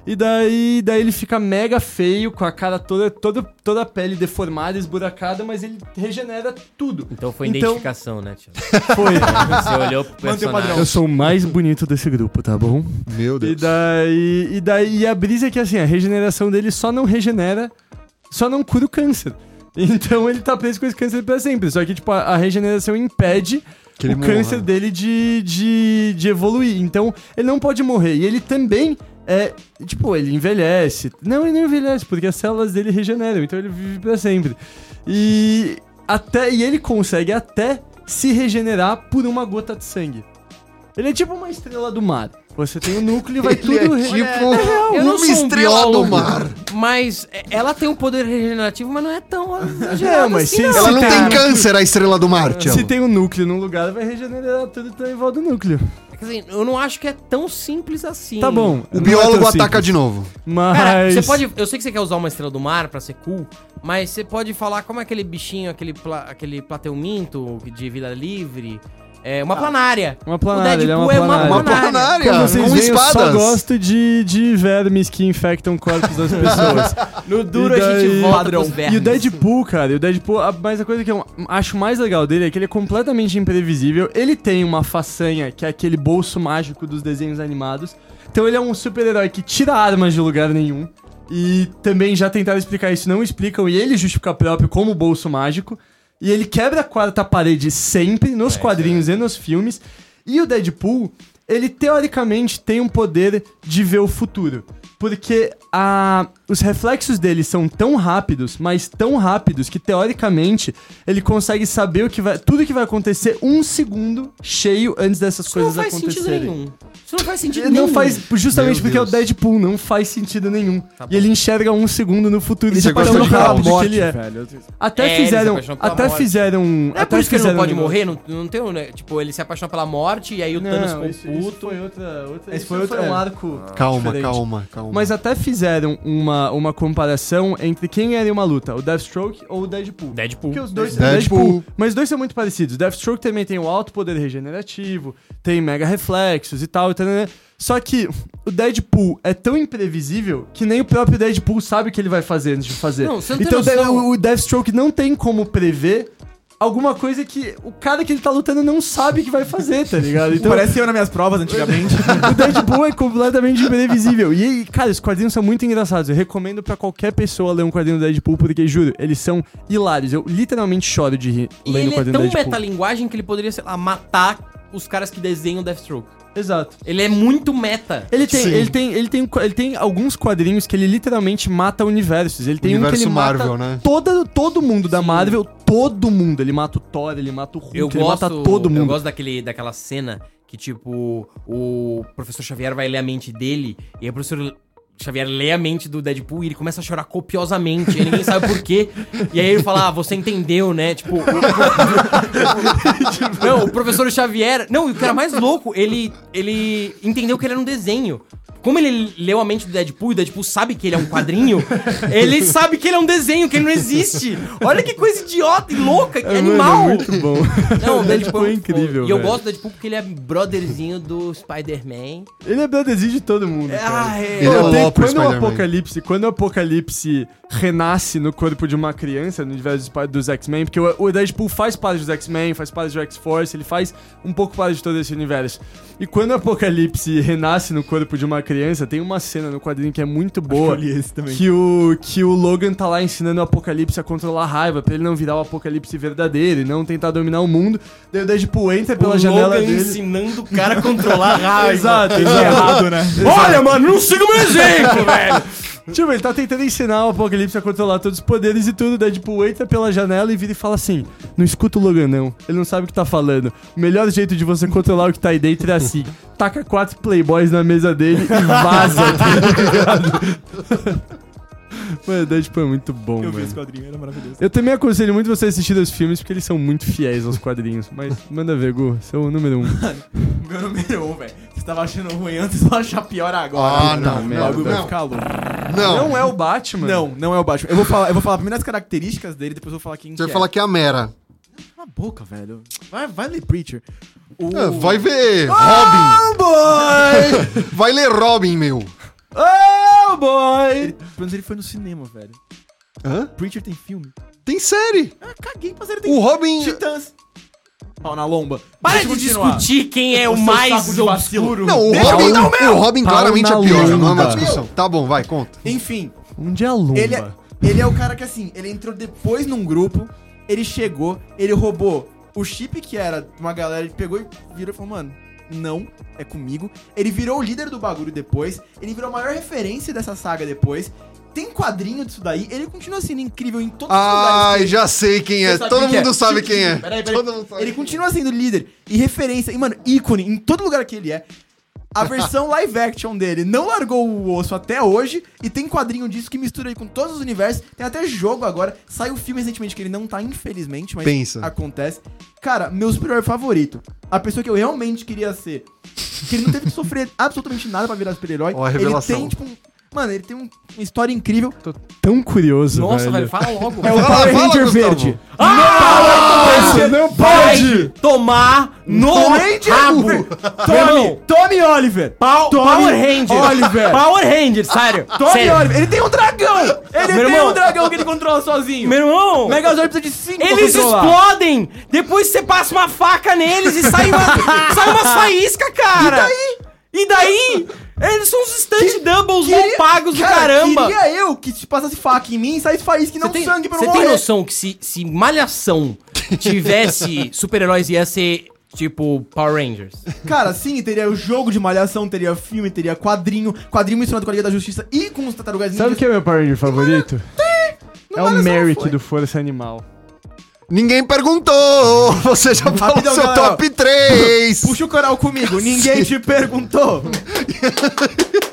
E daí, daí ele fica mega feio, com a cara toda, toda, toda a pele deformada, esburacada, mas ele regenera tudo. Então foi Então- identificação, né, tio? Foi. Você olhou pro Mantém o personagem. padrão. Eu sou o mais bonito desse grupo, tá bom? Meu E daí, e daí e a brisa é que assim, a regeneração dele só não regenera, só não cura o câncer. Então ele tá preso com esse câncer pra sempre. Só que, tipo, a, a regeneração impede Que o câncer dele de, de, de evoluir. Então, ele não pode morrer. E ele também é. Tipo, ele envelhece. Não, ele não envelhece, porque as células dele regeneram. Então, ele vive pra sempre. E, até, e ele consegue até se regenerar por uma gota de sangue. Ele é tipo uma estrela do mar. Você tem o núcleo e vai Ele é tudo. re- tipo Eu não uma sou um estrela biólogo, do mar. Mas é, ela tem um poder regenerativo, mas não é tão É, exagerado mas assim, se- não. se Ela não cara. tem câncer, a estrela do mar, Tiago. Se tem um núcleo num lugar, vai regenerar tudo em volta do núcleo. Quer dizer, eu não acho que é tão simples assim. Tá bom. é O biólogo ataca de É, novo. Mas. Cara, você pode. Eu sei que você quer usar uma estrela do mar pra ser cool, mas você pode falar como é aquele bichinho, aquele, pla, aquele plateuminto de vida livre. É uma planária. Ah, Uma planária, ele é uma Deadpool planária. Uma planária, Como vocês com veem, eu só espadas. gosto de, de vermes que infectam corpos das pessoas. No duro E a gente daí- volta pros vermes. E o Deadpool, cara, e o Deadpool, a- mas a coisa que eu acho mais legal dele é que ele é completamente imprevisível. Ele tem uma façanha, que é aquele bolso mágico dos desenhos animados. Então ele é um super-herói que tira armas de lugar nenhum. E também já tentaram explicar isso, não explicam, e ele justifica próprio como bolso mágico. E ele quebra a quarta parede sempre, nos quadrinhos e nos filmes. E o Deadpool, ele teoricamente tem um poder de ver o futuro. Porque a, os reflexos dele são tão rápidos, mas tão rápidos, que teoricamente ele consegue saber o que vai, tudo que vai acontecer um segundo cheio antes dessas Isso não coisas faz sentido acontecerem. nenhum. Isso não faz sentido Não nenhum. faz, justamente Meu porque é o Deus. Deadpool, não faz sentido nenhum. Tá bom. e ele enxerga um segundo no futuro Ele de se Você gosta tão apaixonou de pela rápido morte, que ele é. velho. Até É, ele se fizeram, apaixonou pela até morte. fizeram, um, Não é até por isso que ele não fizeram pode um negócio- morrer? Não, não tem um. né, Tipo, ele se apaixona pela morte e aí o Thanos Não, ficou isso, isso puto. foi outra, outra Esse isso foi foi, outra- um Ah. arco Calma, diferente. calma, calma. Mas até fizeram uma, uma comparação entre quem era em uma luta, o Deathstroke ou o Deadpool. Deadpool. Porque os dois Deadpool. Deadpool. Mas os dois são muito parecidos. Deathstroke também tem o alto poder regenerativo, tem mega reflexos e tal. e tal, né? Só que o Deadpool é tão imprevisível que nem o próprio Deadpool sabe o que ele vai fazer antes de fazer. Não, você não tem então noção. o- o Deathstroke não tem como prever alguma coisa que o cara que ele tá lutando não sabe que vai fazer, tá ligado? Então, Parece eu nas minhas provas antigamente. o Deadpool é completamente imprevisível. E, cara, os quadrinhos são muito engraçados. Eu recomendo pra qualquer pessoa ler um quadrinho do Deadpool, porque, juro, eles são hilários. Eu literalmente choro de rir E lendo o ele é quadrinho tão do Deadpool. metalinguagem que ele poderia, sei lá, matar os caras que desenham Deathstroke. Exato. Ele é muito meta. Ele tem, Sim. ele, tem, ele, tem, ele tem alguns quadrinhos que ele literalmente mata universos. Ele tem um que Universo ele Marvel, mata né? toda, todo mundo da Marvel, todo mundo. Ele mata o Thor, ele mata o Hulk, Eu ele gosto, mata todo eu mundo. gosto daquele, daquela cena que, tipo, o professor Xavier vai ler a mente dele e aí o professor Xavier lê a mente do Deadpool e ele começa a chorar copiosamente e ninguém sabe por quê. E aí ele fala, ah, você entendeu, né? Tipo... o- não, o professor Xavier... Não, e o cara mais louco, ele, ele entendeu que ele era um desenho. Como ele leu a mente do Deadpool e o Deadpool sabe que ele é um quadrinho, ele sabe que ele é um desenho, que ele não existe. Olha que coisa idiota e louca, que animal. Mano, é muito bom. Não, Deadpool o Deadpool é incrível, E eu velho. gosto do Deadpool porque ele é brotherzinho do Spider-Man. Ele é brotherzinho de todo mundo. cara. Ah, é. Ele é Pô, o tem- Lopes quando o Spider-Man. apocalipse, quando o apocalipse renasce no corpo de uma criança, no universo dos pa- dos X-Men, porque o, o Deadpool faz parte dos X-Men, faz parte do X-Force, ele faz um pouco parte de todo esse universo. E quando o apocalipse renasce no corpo de uma criança, tem uma cena no quadrinho que é muito boa. li esse também. Que o, que o Logan tá lá ensinando o Apocalipse a controlar a raiva, pra ele não virar o Apocalipse verdadeiro e não tentar dominar o mundo. Daí o Deadpool entra pela o janela Logan dele. ensinando o cara a controlar a raiva. Exato, exato. Errado, né? Olha, mano, não siga o meu exemplo, velho. Tipo, ele tá tentando ensinar o Apocalipse a controlar todos os poderes e tudo. Daí, tipo, entra pela janela e vira e fala assim: Não escuta o Logan, não. Ele não sabe o que tá falando. O melhor jeito de você controlar o que tá aí dentro é assim: taca quatro playboys na mesa dele e vaza. tá ligado? Mano, daí, tipo, é muito bom, Eu vi mano. esse quadrinho, era maravilhoso. Eu também aconselho muito você assistir os filmes porque eles são muito fiéis aos quadrinhos. Mas manda ver, Gu, seu número um. Meu número um, velho. Você tava achando ruim antes, vou achar pior agora. Ah, não, O bagulho vai não. ficar louco. Não, é o Batman? Não, não é o Batman. Eu vou falar, eu vou falar primeiro as características dele, depois eu vou falar quem você que vai falar que é a Mera. é. Cala a boca, velho. Vai, vai ler Preacher. O... Ah, vai ver Oh, boy! Robin. Vai ler Robin, meu. Oh, boy! Ele, pelo menos ele foi no cinema, velho. Hã? Preacher tem filme. Tem série. Ah, caguei pra ele tem O Robin... Titãs. Pau na lomba. Para Deixa eu de continuar. discutir quem é o seu mais saco de vacilo. obscuro. Não, o Deixa eu Robin, contar o Tá o Robin Pau claramente na é pior, não é lomba. uma discussão. Tá bom, vai, conta. Enfim, Um dia lumba. ele é, ele é o cara que assim, ele entrou depois num grupo, ele chegou, ele roubou O chip que era de uma galera, ele pegou e virou e falou, mano, não, é comigo. Ele virou o líder do bagulho depois, ele virou a maior referência dessa saga depois. Tem quadrinho disso daí, ele continua sendo incrível em todos os lugares. que Ai, ele- já sei quem é. Você sabe Todo quem que mundo é. sabe quem é. Peraí, peraí. Todo mundo sabe. Ele continua sendo líder e referência, e, mano, ícone em todo lugar que ele é. A versão live action dele não largou o osso até hoje e tem quadrinho disso que mistura aí com todos os universos. Tem até jogo agora. Saiu filme recentemente que ele não tá, infelizmente, mas Pensa. acontece. Cara, meu superior favorito. A pessoa que eu realmente queria ser. Que ele não teve que sofrer absolutamente nada pra virar super-herói. Ó, a ele revelação. tem, tipo, um... Mano, ele tem um- uma história incrível. Tão Um curioso, Nossa, velho, fala logo. É o Fala, Power fala, Ranger Gustavo. verde. Você não Vai pode! tomar no é Ranger Uber. rabo. Tommy, Tommy Oliver. Pau- Tommy Power Ranger. Oliver. Power Ranger, sério. é Tommy sério. Oliver. Ele tem um dragão. Ele Meu tem irmão. um dragão que ele controla sozinho. Meu irmão, Megazord precisa de 5 eles explodem. Depois você passa uma faca neles e sai uma, sai uma faísca, cara. E daí? E daí? Eles são os stand doubles mal pagos do caramba. Queria eu que te passasse faca em mim e saísse faísca e não Você tem, sangue pra eu você tem morrer. noção que se, se Malhação tivesse super-heróis ia ser tipo Power Rangers? Cara, sim, teria o jogo de malhação, teria filme, teria quadrinho, quadrinho misturado com a Liga da Justiça e com os tartarugas Sabe o que é meu Power Ranger favorito? É o Merrick do Força Animal. Ninguém perguntou. Você já falou Rapidão, seu galera. top 3. Puxa o coral comigo, ninguém te perguntou.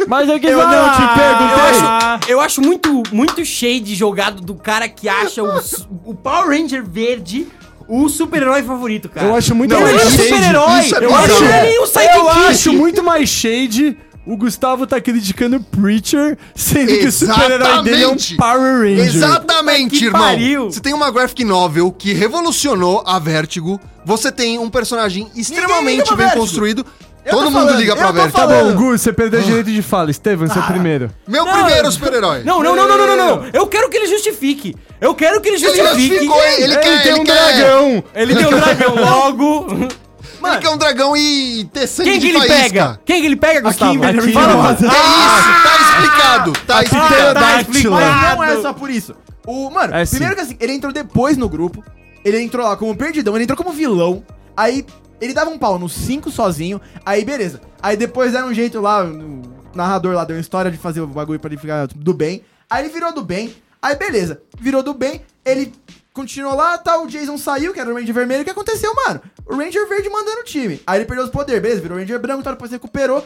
Mas eu quis Eu não te perguntei. Eu acho muito, muito shade jogado do cara que acha o, su- o Power Ranger verde o super-herói favorito, cara. Eu acho muito Não, Ele mais não é isso- shade. super-herói! isso é Eu acho bizarro. ele um Eu sidekick! acho muito mais shade. O Gustavo tá criticando o Preacher, sendo que o super-herói dele é um Exatamente. Power Ranger. Exatamente, que irmão. pariu. Você tem uma graphic novel que revolucionou a Vertigo. Você tem um personagem extremamente pra bem Vertigo. construído. Eu Todo tô mundo falando, liga pra eu tô Vertigo. Tá bom, falando. Gu, você perdeu o direito de fala. Estevam, você é o primeiro. Meu Não, primeiro super-herói. Não, não, não, não, não, não, não. Eu quero que ele justifique. Eu quero que ele justifique. É, justificou, hein? Ele quer, tem ele um quer. dragão. Ele deu um dragão logo. Ele quer um dragão e ter sangue Quem que de ele pega? faísca. Quem que ele pega, Gustavo? Kimberly Aqui, Rosa. ó. É isso, tá explicado. Tá Ah, tá, explicado. tá Pterodáctilo. explicado. Mas não é só por isso. O, mano, É sim. primeiro que assim, ele entrou depois no grupo. Ele entrou lá como perdidão, ele entrou como vilão. Aí ele dava um pau nos cinco sozinho. Aí beleza. Aí depois era um jeito lá, o narrador lá deu uma história de fazer o bagulho pra ele ficar do bem. Aí ele virou do bem. Aí beleza, virou do bem. Ele continuou lá, tá, o Jason saiu, que era o Ranger vermelho. O que aconteceu, mano? O Ranger verde mandando o time. Aí ele perdeu os poderes, beleza, virou Ranger branco, tá, depois recuperou.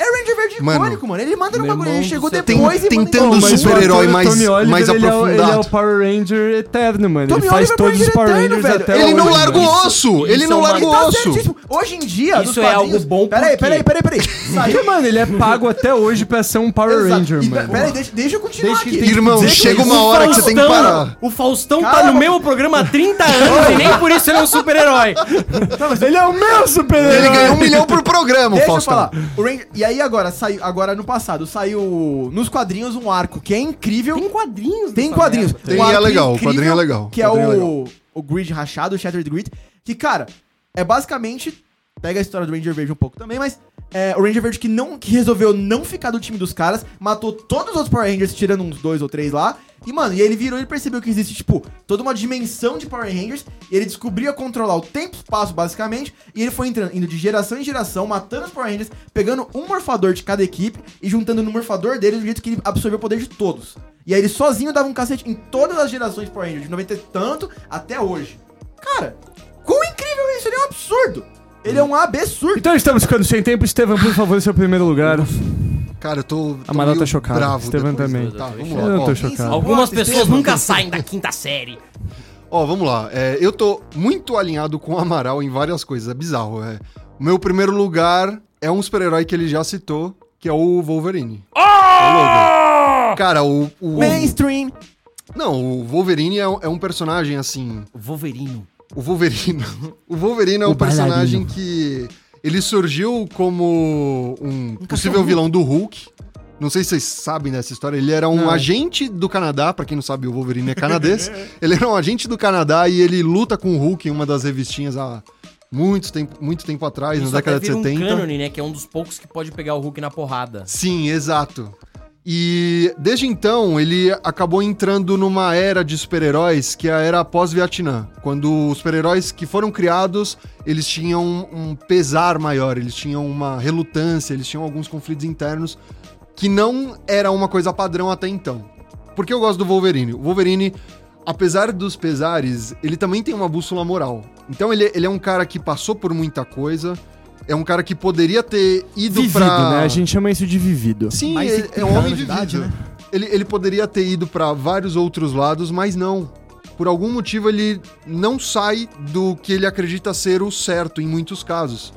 É o Ranger verde Mano, icônico, mano. Ele manda no meu bagulho, ele irmão chegou do céu. Tem- depois e manda tentando embora. Mas o super-herói ator mais- Tommy Oliver, mais ele é o- Ele é, aprofundado. o Power Ranger eterno, mano. Tommy ele faz Oliver todos os Ranger Power eterno, Rangers velho. até Ele é o não Oliver. larga o osso. Ele isso não é uma- larga o Tá osso. certíssimo. Hoje em dia, Isso nos é quadrinhos- algo bom Peraí, porque- peraí, peraí, peraí. Saiu Porque, mano, ele é pago até hoje pra ser um Power Exato. Ranger, E, é mano. Peraí, deixa, deixa eu continuar Deixa que aqui. tem- Irmão, dizer que chega isso- uma hora um que você tem que Faustão- parar. O Faustão tá Calma. no meu programa há 30 anos e nem por isso ele é um super-herói. Ele é o meu Tá, Ele super-herói. ganhou um milhão por programa, Deixa Faustão. eu falar. O Ranger- e aí agora, saiu, agora no passado, saiu nos quadrinhos um arco que é incrível. Tem quadrinhos. Tem dessa quadrinhos. merda. Tem, Um e é arco legal, o quadrinho é legal, Que o é quadrinho é o, legal. o Grid Rachado, o Shattered Grid. Que, cara, é basicamente. Pega a história do Ranger Verde um pouco também, mas. é, o Ranger Verde que, não, que resolveu não ficar do time dos caras, matou todos os outros Power Rangers, tirando uns dois ou três lá. E, mano, e ele virou, ele percebeu que existe, tipo, toda uma dimensão de Power Rangers. E ele descobriu a controlar o tempo e espaço, basicamente. E ele foi entrando, indo de geração em geração, matando os Power Rangers, pegando um morfador de cada equipe e juntando no morfador dele do jeito que ele absorveu o poder de todos. E aí ele sozinho dava um cacete em todas as gerações de Power Rangers, de 90 e tanto até hoje. Cara, quão incrível é isso? Ele é um absurdo. Ele é um absurdo. Então estamos ficando sem tempo. Estevam, por favor, seu primeiro lugar. Cara, eu tô. tô Amaral meio tá chocado, Bravo Estevam depois. também. Tá, vamos Eu não lá. tô ó. chocado. Algumas Bota, pessoas Estevam. nunca saem da quinta série. Ó, vamos lá. É, eu tô muito alinhado com o Amaral em várias coisas. É bizarro. É. O meu primeiro lugar é um super-herói que ele já citou, que é o Wolverine. É o Logan. Cara, o. o- Mainstream. não, o Wolverine é, um- é um personagem assim. Wolverino. O Wolverine. o Wolverine é um O bailarino. personagem que. Ele surgiu como um possível vilão do Hulk. Não sei se vocês sabem dessa história. Ele era um agente do Canadá, pra quem não sabe, o Wolverine é canadense. ele era um agente do Canadá e ele luta com o Hulk em uma das revistinhas há muito tempo, muito tempo atrás, na década de um 70. cânone, né? Que é um dos poucos que pode pegar o Hulk na porrada. Sim, exato. E desde então ele acabou entrando numa era de super-heróis que é a era pós-Vietnã, quando os super-heróis que foram criados eles tinham um pesar maior, eles tinham uma relutância, eles tinham alguns conflitos internos que não era uma coisa padrão até então. Por que eu gosto do Wolverine? O Wolverine, apesar dos pesares, ele também tem uma bússola moral. Então ele, ele é um cara que passou por muita coisa, é um cara que poderia ter ido Vivido, pra... né? A gente chama isso de vivido. Sim, Mais é, 50 é um homem anos de de idade, vida. né? Ele, ele poderia ter ido pra vários outros lados, mas não. Por algum motivo ele não sai do que ele acredita ser o certo em muitos casos.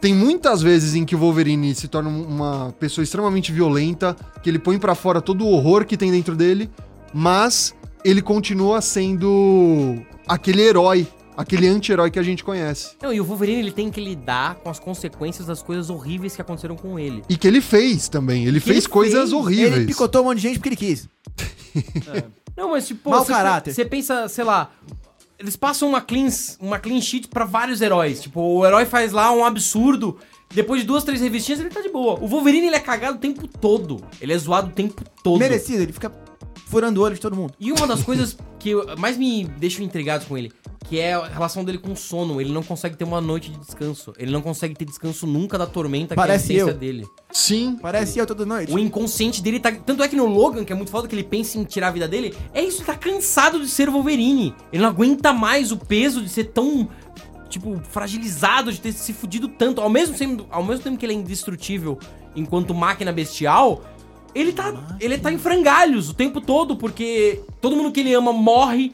Tem muitas vezes em que o Wolverine se torna um, uma pessoa extremamente violenta, que ele põe pra fora todo o horror que tem dentro dele, mas ele continua sendo aquele herói, aquele anti-herói que a gente conhece. Não, e o Wolverine ele tem que lidar com as consequências das coisas horríveis que aconteceram com ele. E que ele fez também. Ele fez ele coisas fez, horríveis. Ele picotou um monte de gente porque ele quis. Não, mas tipo, Mau você- caráter. Você pensa, sei lá, eles passam uma clean, uma clean sheet pra vários heróis. Tipo, o herói faz lá um absurdo, depois de duas, três revistinhas ele tá de boa. O Wolverine ele é cagado o tempo todo. Ele é zoado o tempo todo. Merecido, ele fica furando o olho de todo mundo. E uma das coisas que eu- mais me deixa intrigado com ele, que é a relação dele com o sono. Ele não consegue ter uma noite de descanso. Ele não consegue ter descanso nunca da tormenta Parece que é a essência eu. dele. Sim. Parece eu toda noite. O inconsciente dele tá. Tanto é que no Logan, que é muito foda que ele pensa em tirar a vida dele, é isso, ele tá cansado de ser o Wolverine. Ele não aguenta mais o peso de ser tão, tipo, fragilizado, de ter se fudido tanto. Ao mesmo tempo, ao mesmo tempo que ele é indestrutível enquanto máquina bestial, ele tá, ele tá em frangalhos o tempo todo, porque todo mundo que ele ama morre.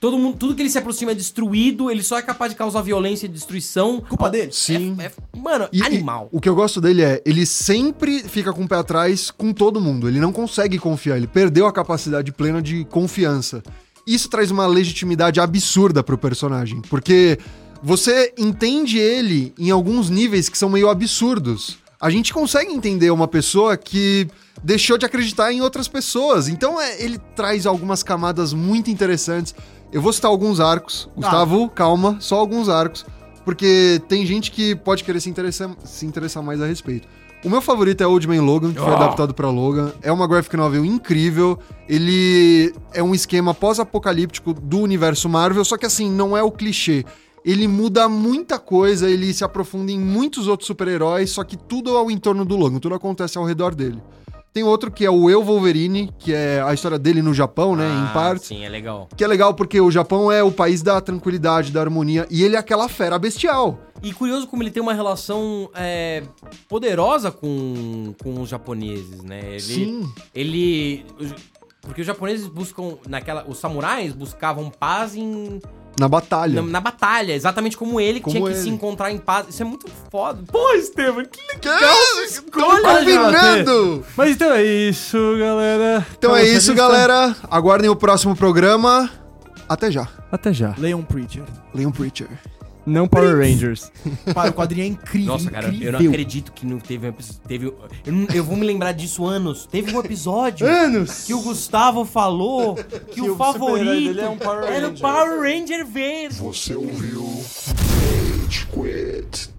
Todo mundo, tudo que ele se aproxima é destruído, ele só é capaz de causar violência e destruição. Culpa dele. Sim. É- mano, E- animal. e o que eu gosto dele é, ele sempre fica com o pé atrás com todo mundo. Ele não consegue confiar, ele perdeu a capacidade plena de confiança. Isso traz uma legitimidade absurda pro personagem, porque você entende ele em alguns níveis que são meio absurdos. A gente consegue entender uma pessoa que deixou de acreditar em outras pessoas. Então é- ele traz algumas camadas muito interessantes. Eu vou citar alguns arcos. Gustavo, calma, só alguns arcos. Porque tem gente que pode querer se interessar, se interessar mais a respeito. O meu favorito é Old Man Logan, que foi adaptado pra Logan. É uma graphic novel incrível. Ele é um esquema pós-apocalíptico do universo Marvel, só que assim, não é o clichê. Ele muda muita coisa, ele se aprofunda em muitos outros super-heróis, só que tudo ao entorno do Logan, tudo acontece ao redor dele. Tem outro que é o Eu Wolverine, que é a história dele no Japão, né, Ah, em partes. Sim, é legal. Que é legal porque o Japão é o país da tranquilidade, da harmonia, e ele é aquela fera bestial. E curioso como ele tem uma relação é, poderosa com, com os japoneses, né? Ele, Sim. Ele. Porque os japoneses buscam. naquela Os samurais buscavam paz Na em, na, batalha. na batalha, exatamente como ele, que Como tinha que ele. se encontrar em paz. Isso é muito foda. Pô, Estevam, que Estão Olha, combinando! Mas então é isso, galera. Então Acaba é essa isso, lista. galera. Aguardem o próximo programa. Até já. Até já. Leon Preacher. Leon Preacher. Não Power Rangers. Para, o quadrinho é incrível. Nossa, cara, eu não incrível. acredito que não teve um episódio. Teve, eu, não- eu vou me lembrar disso anos. Teve um episódio Anos! que o Gustavo falou que, o, o super-herói favorito dele é um Power era o Ranger. Power Ranger verde. Você ouviu? Rage Quit.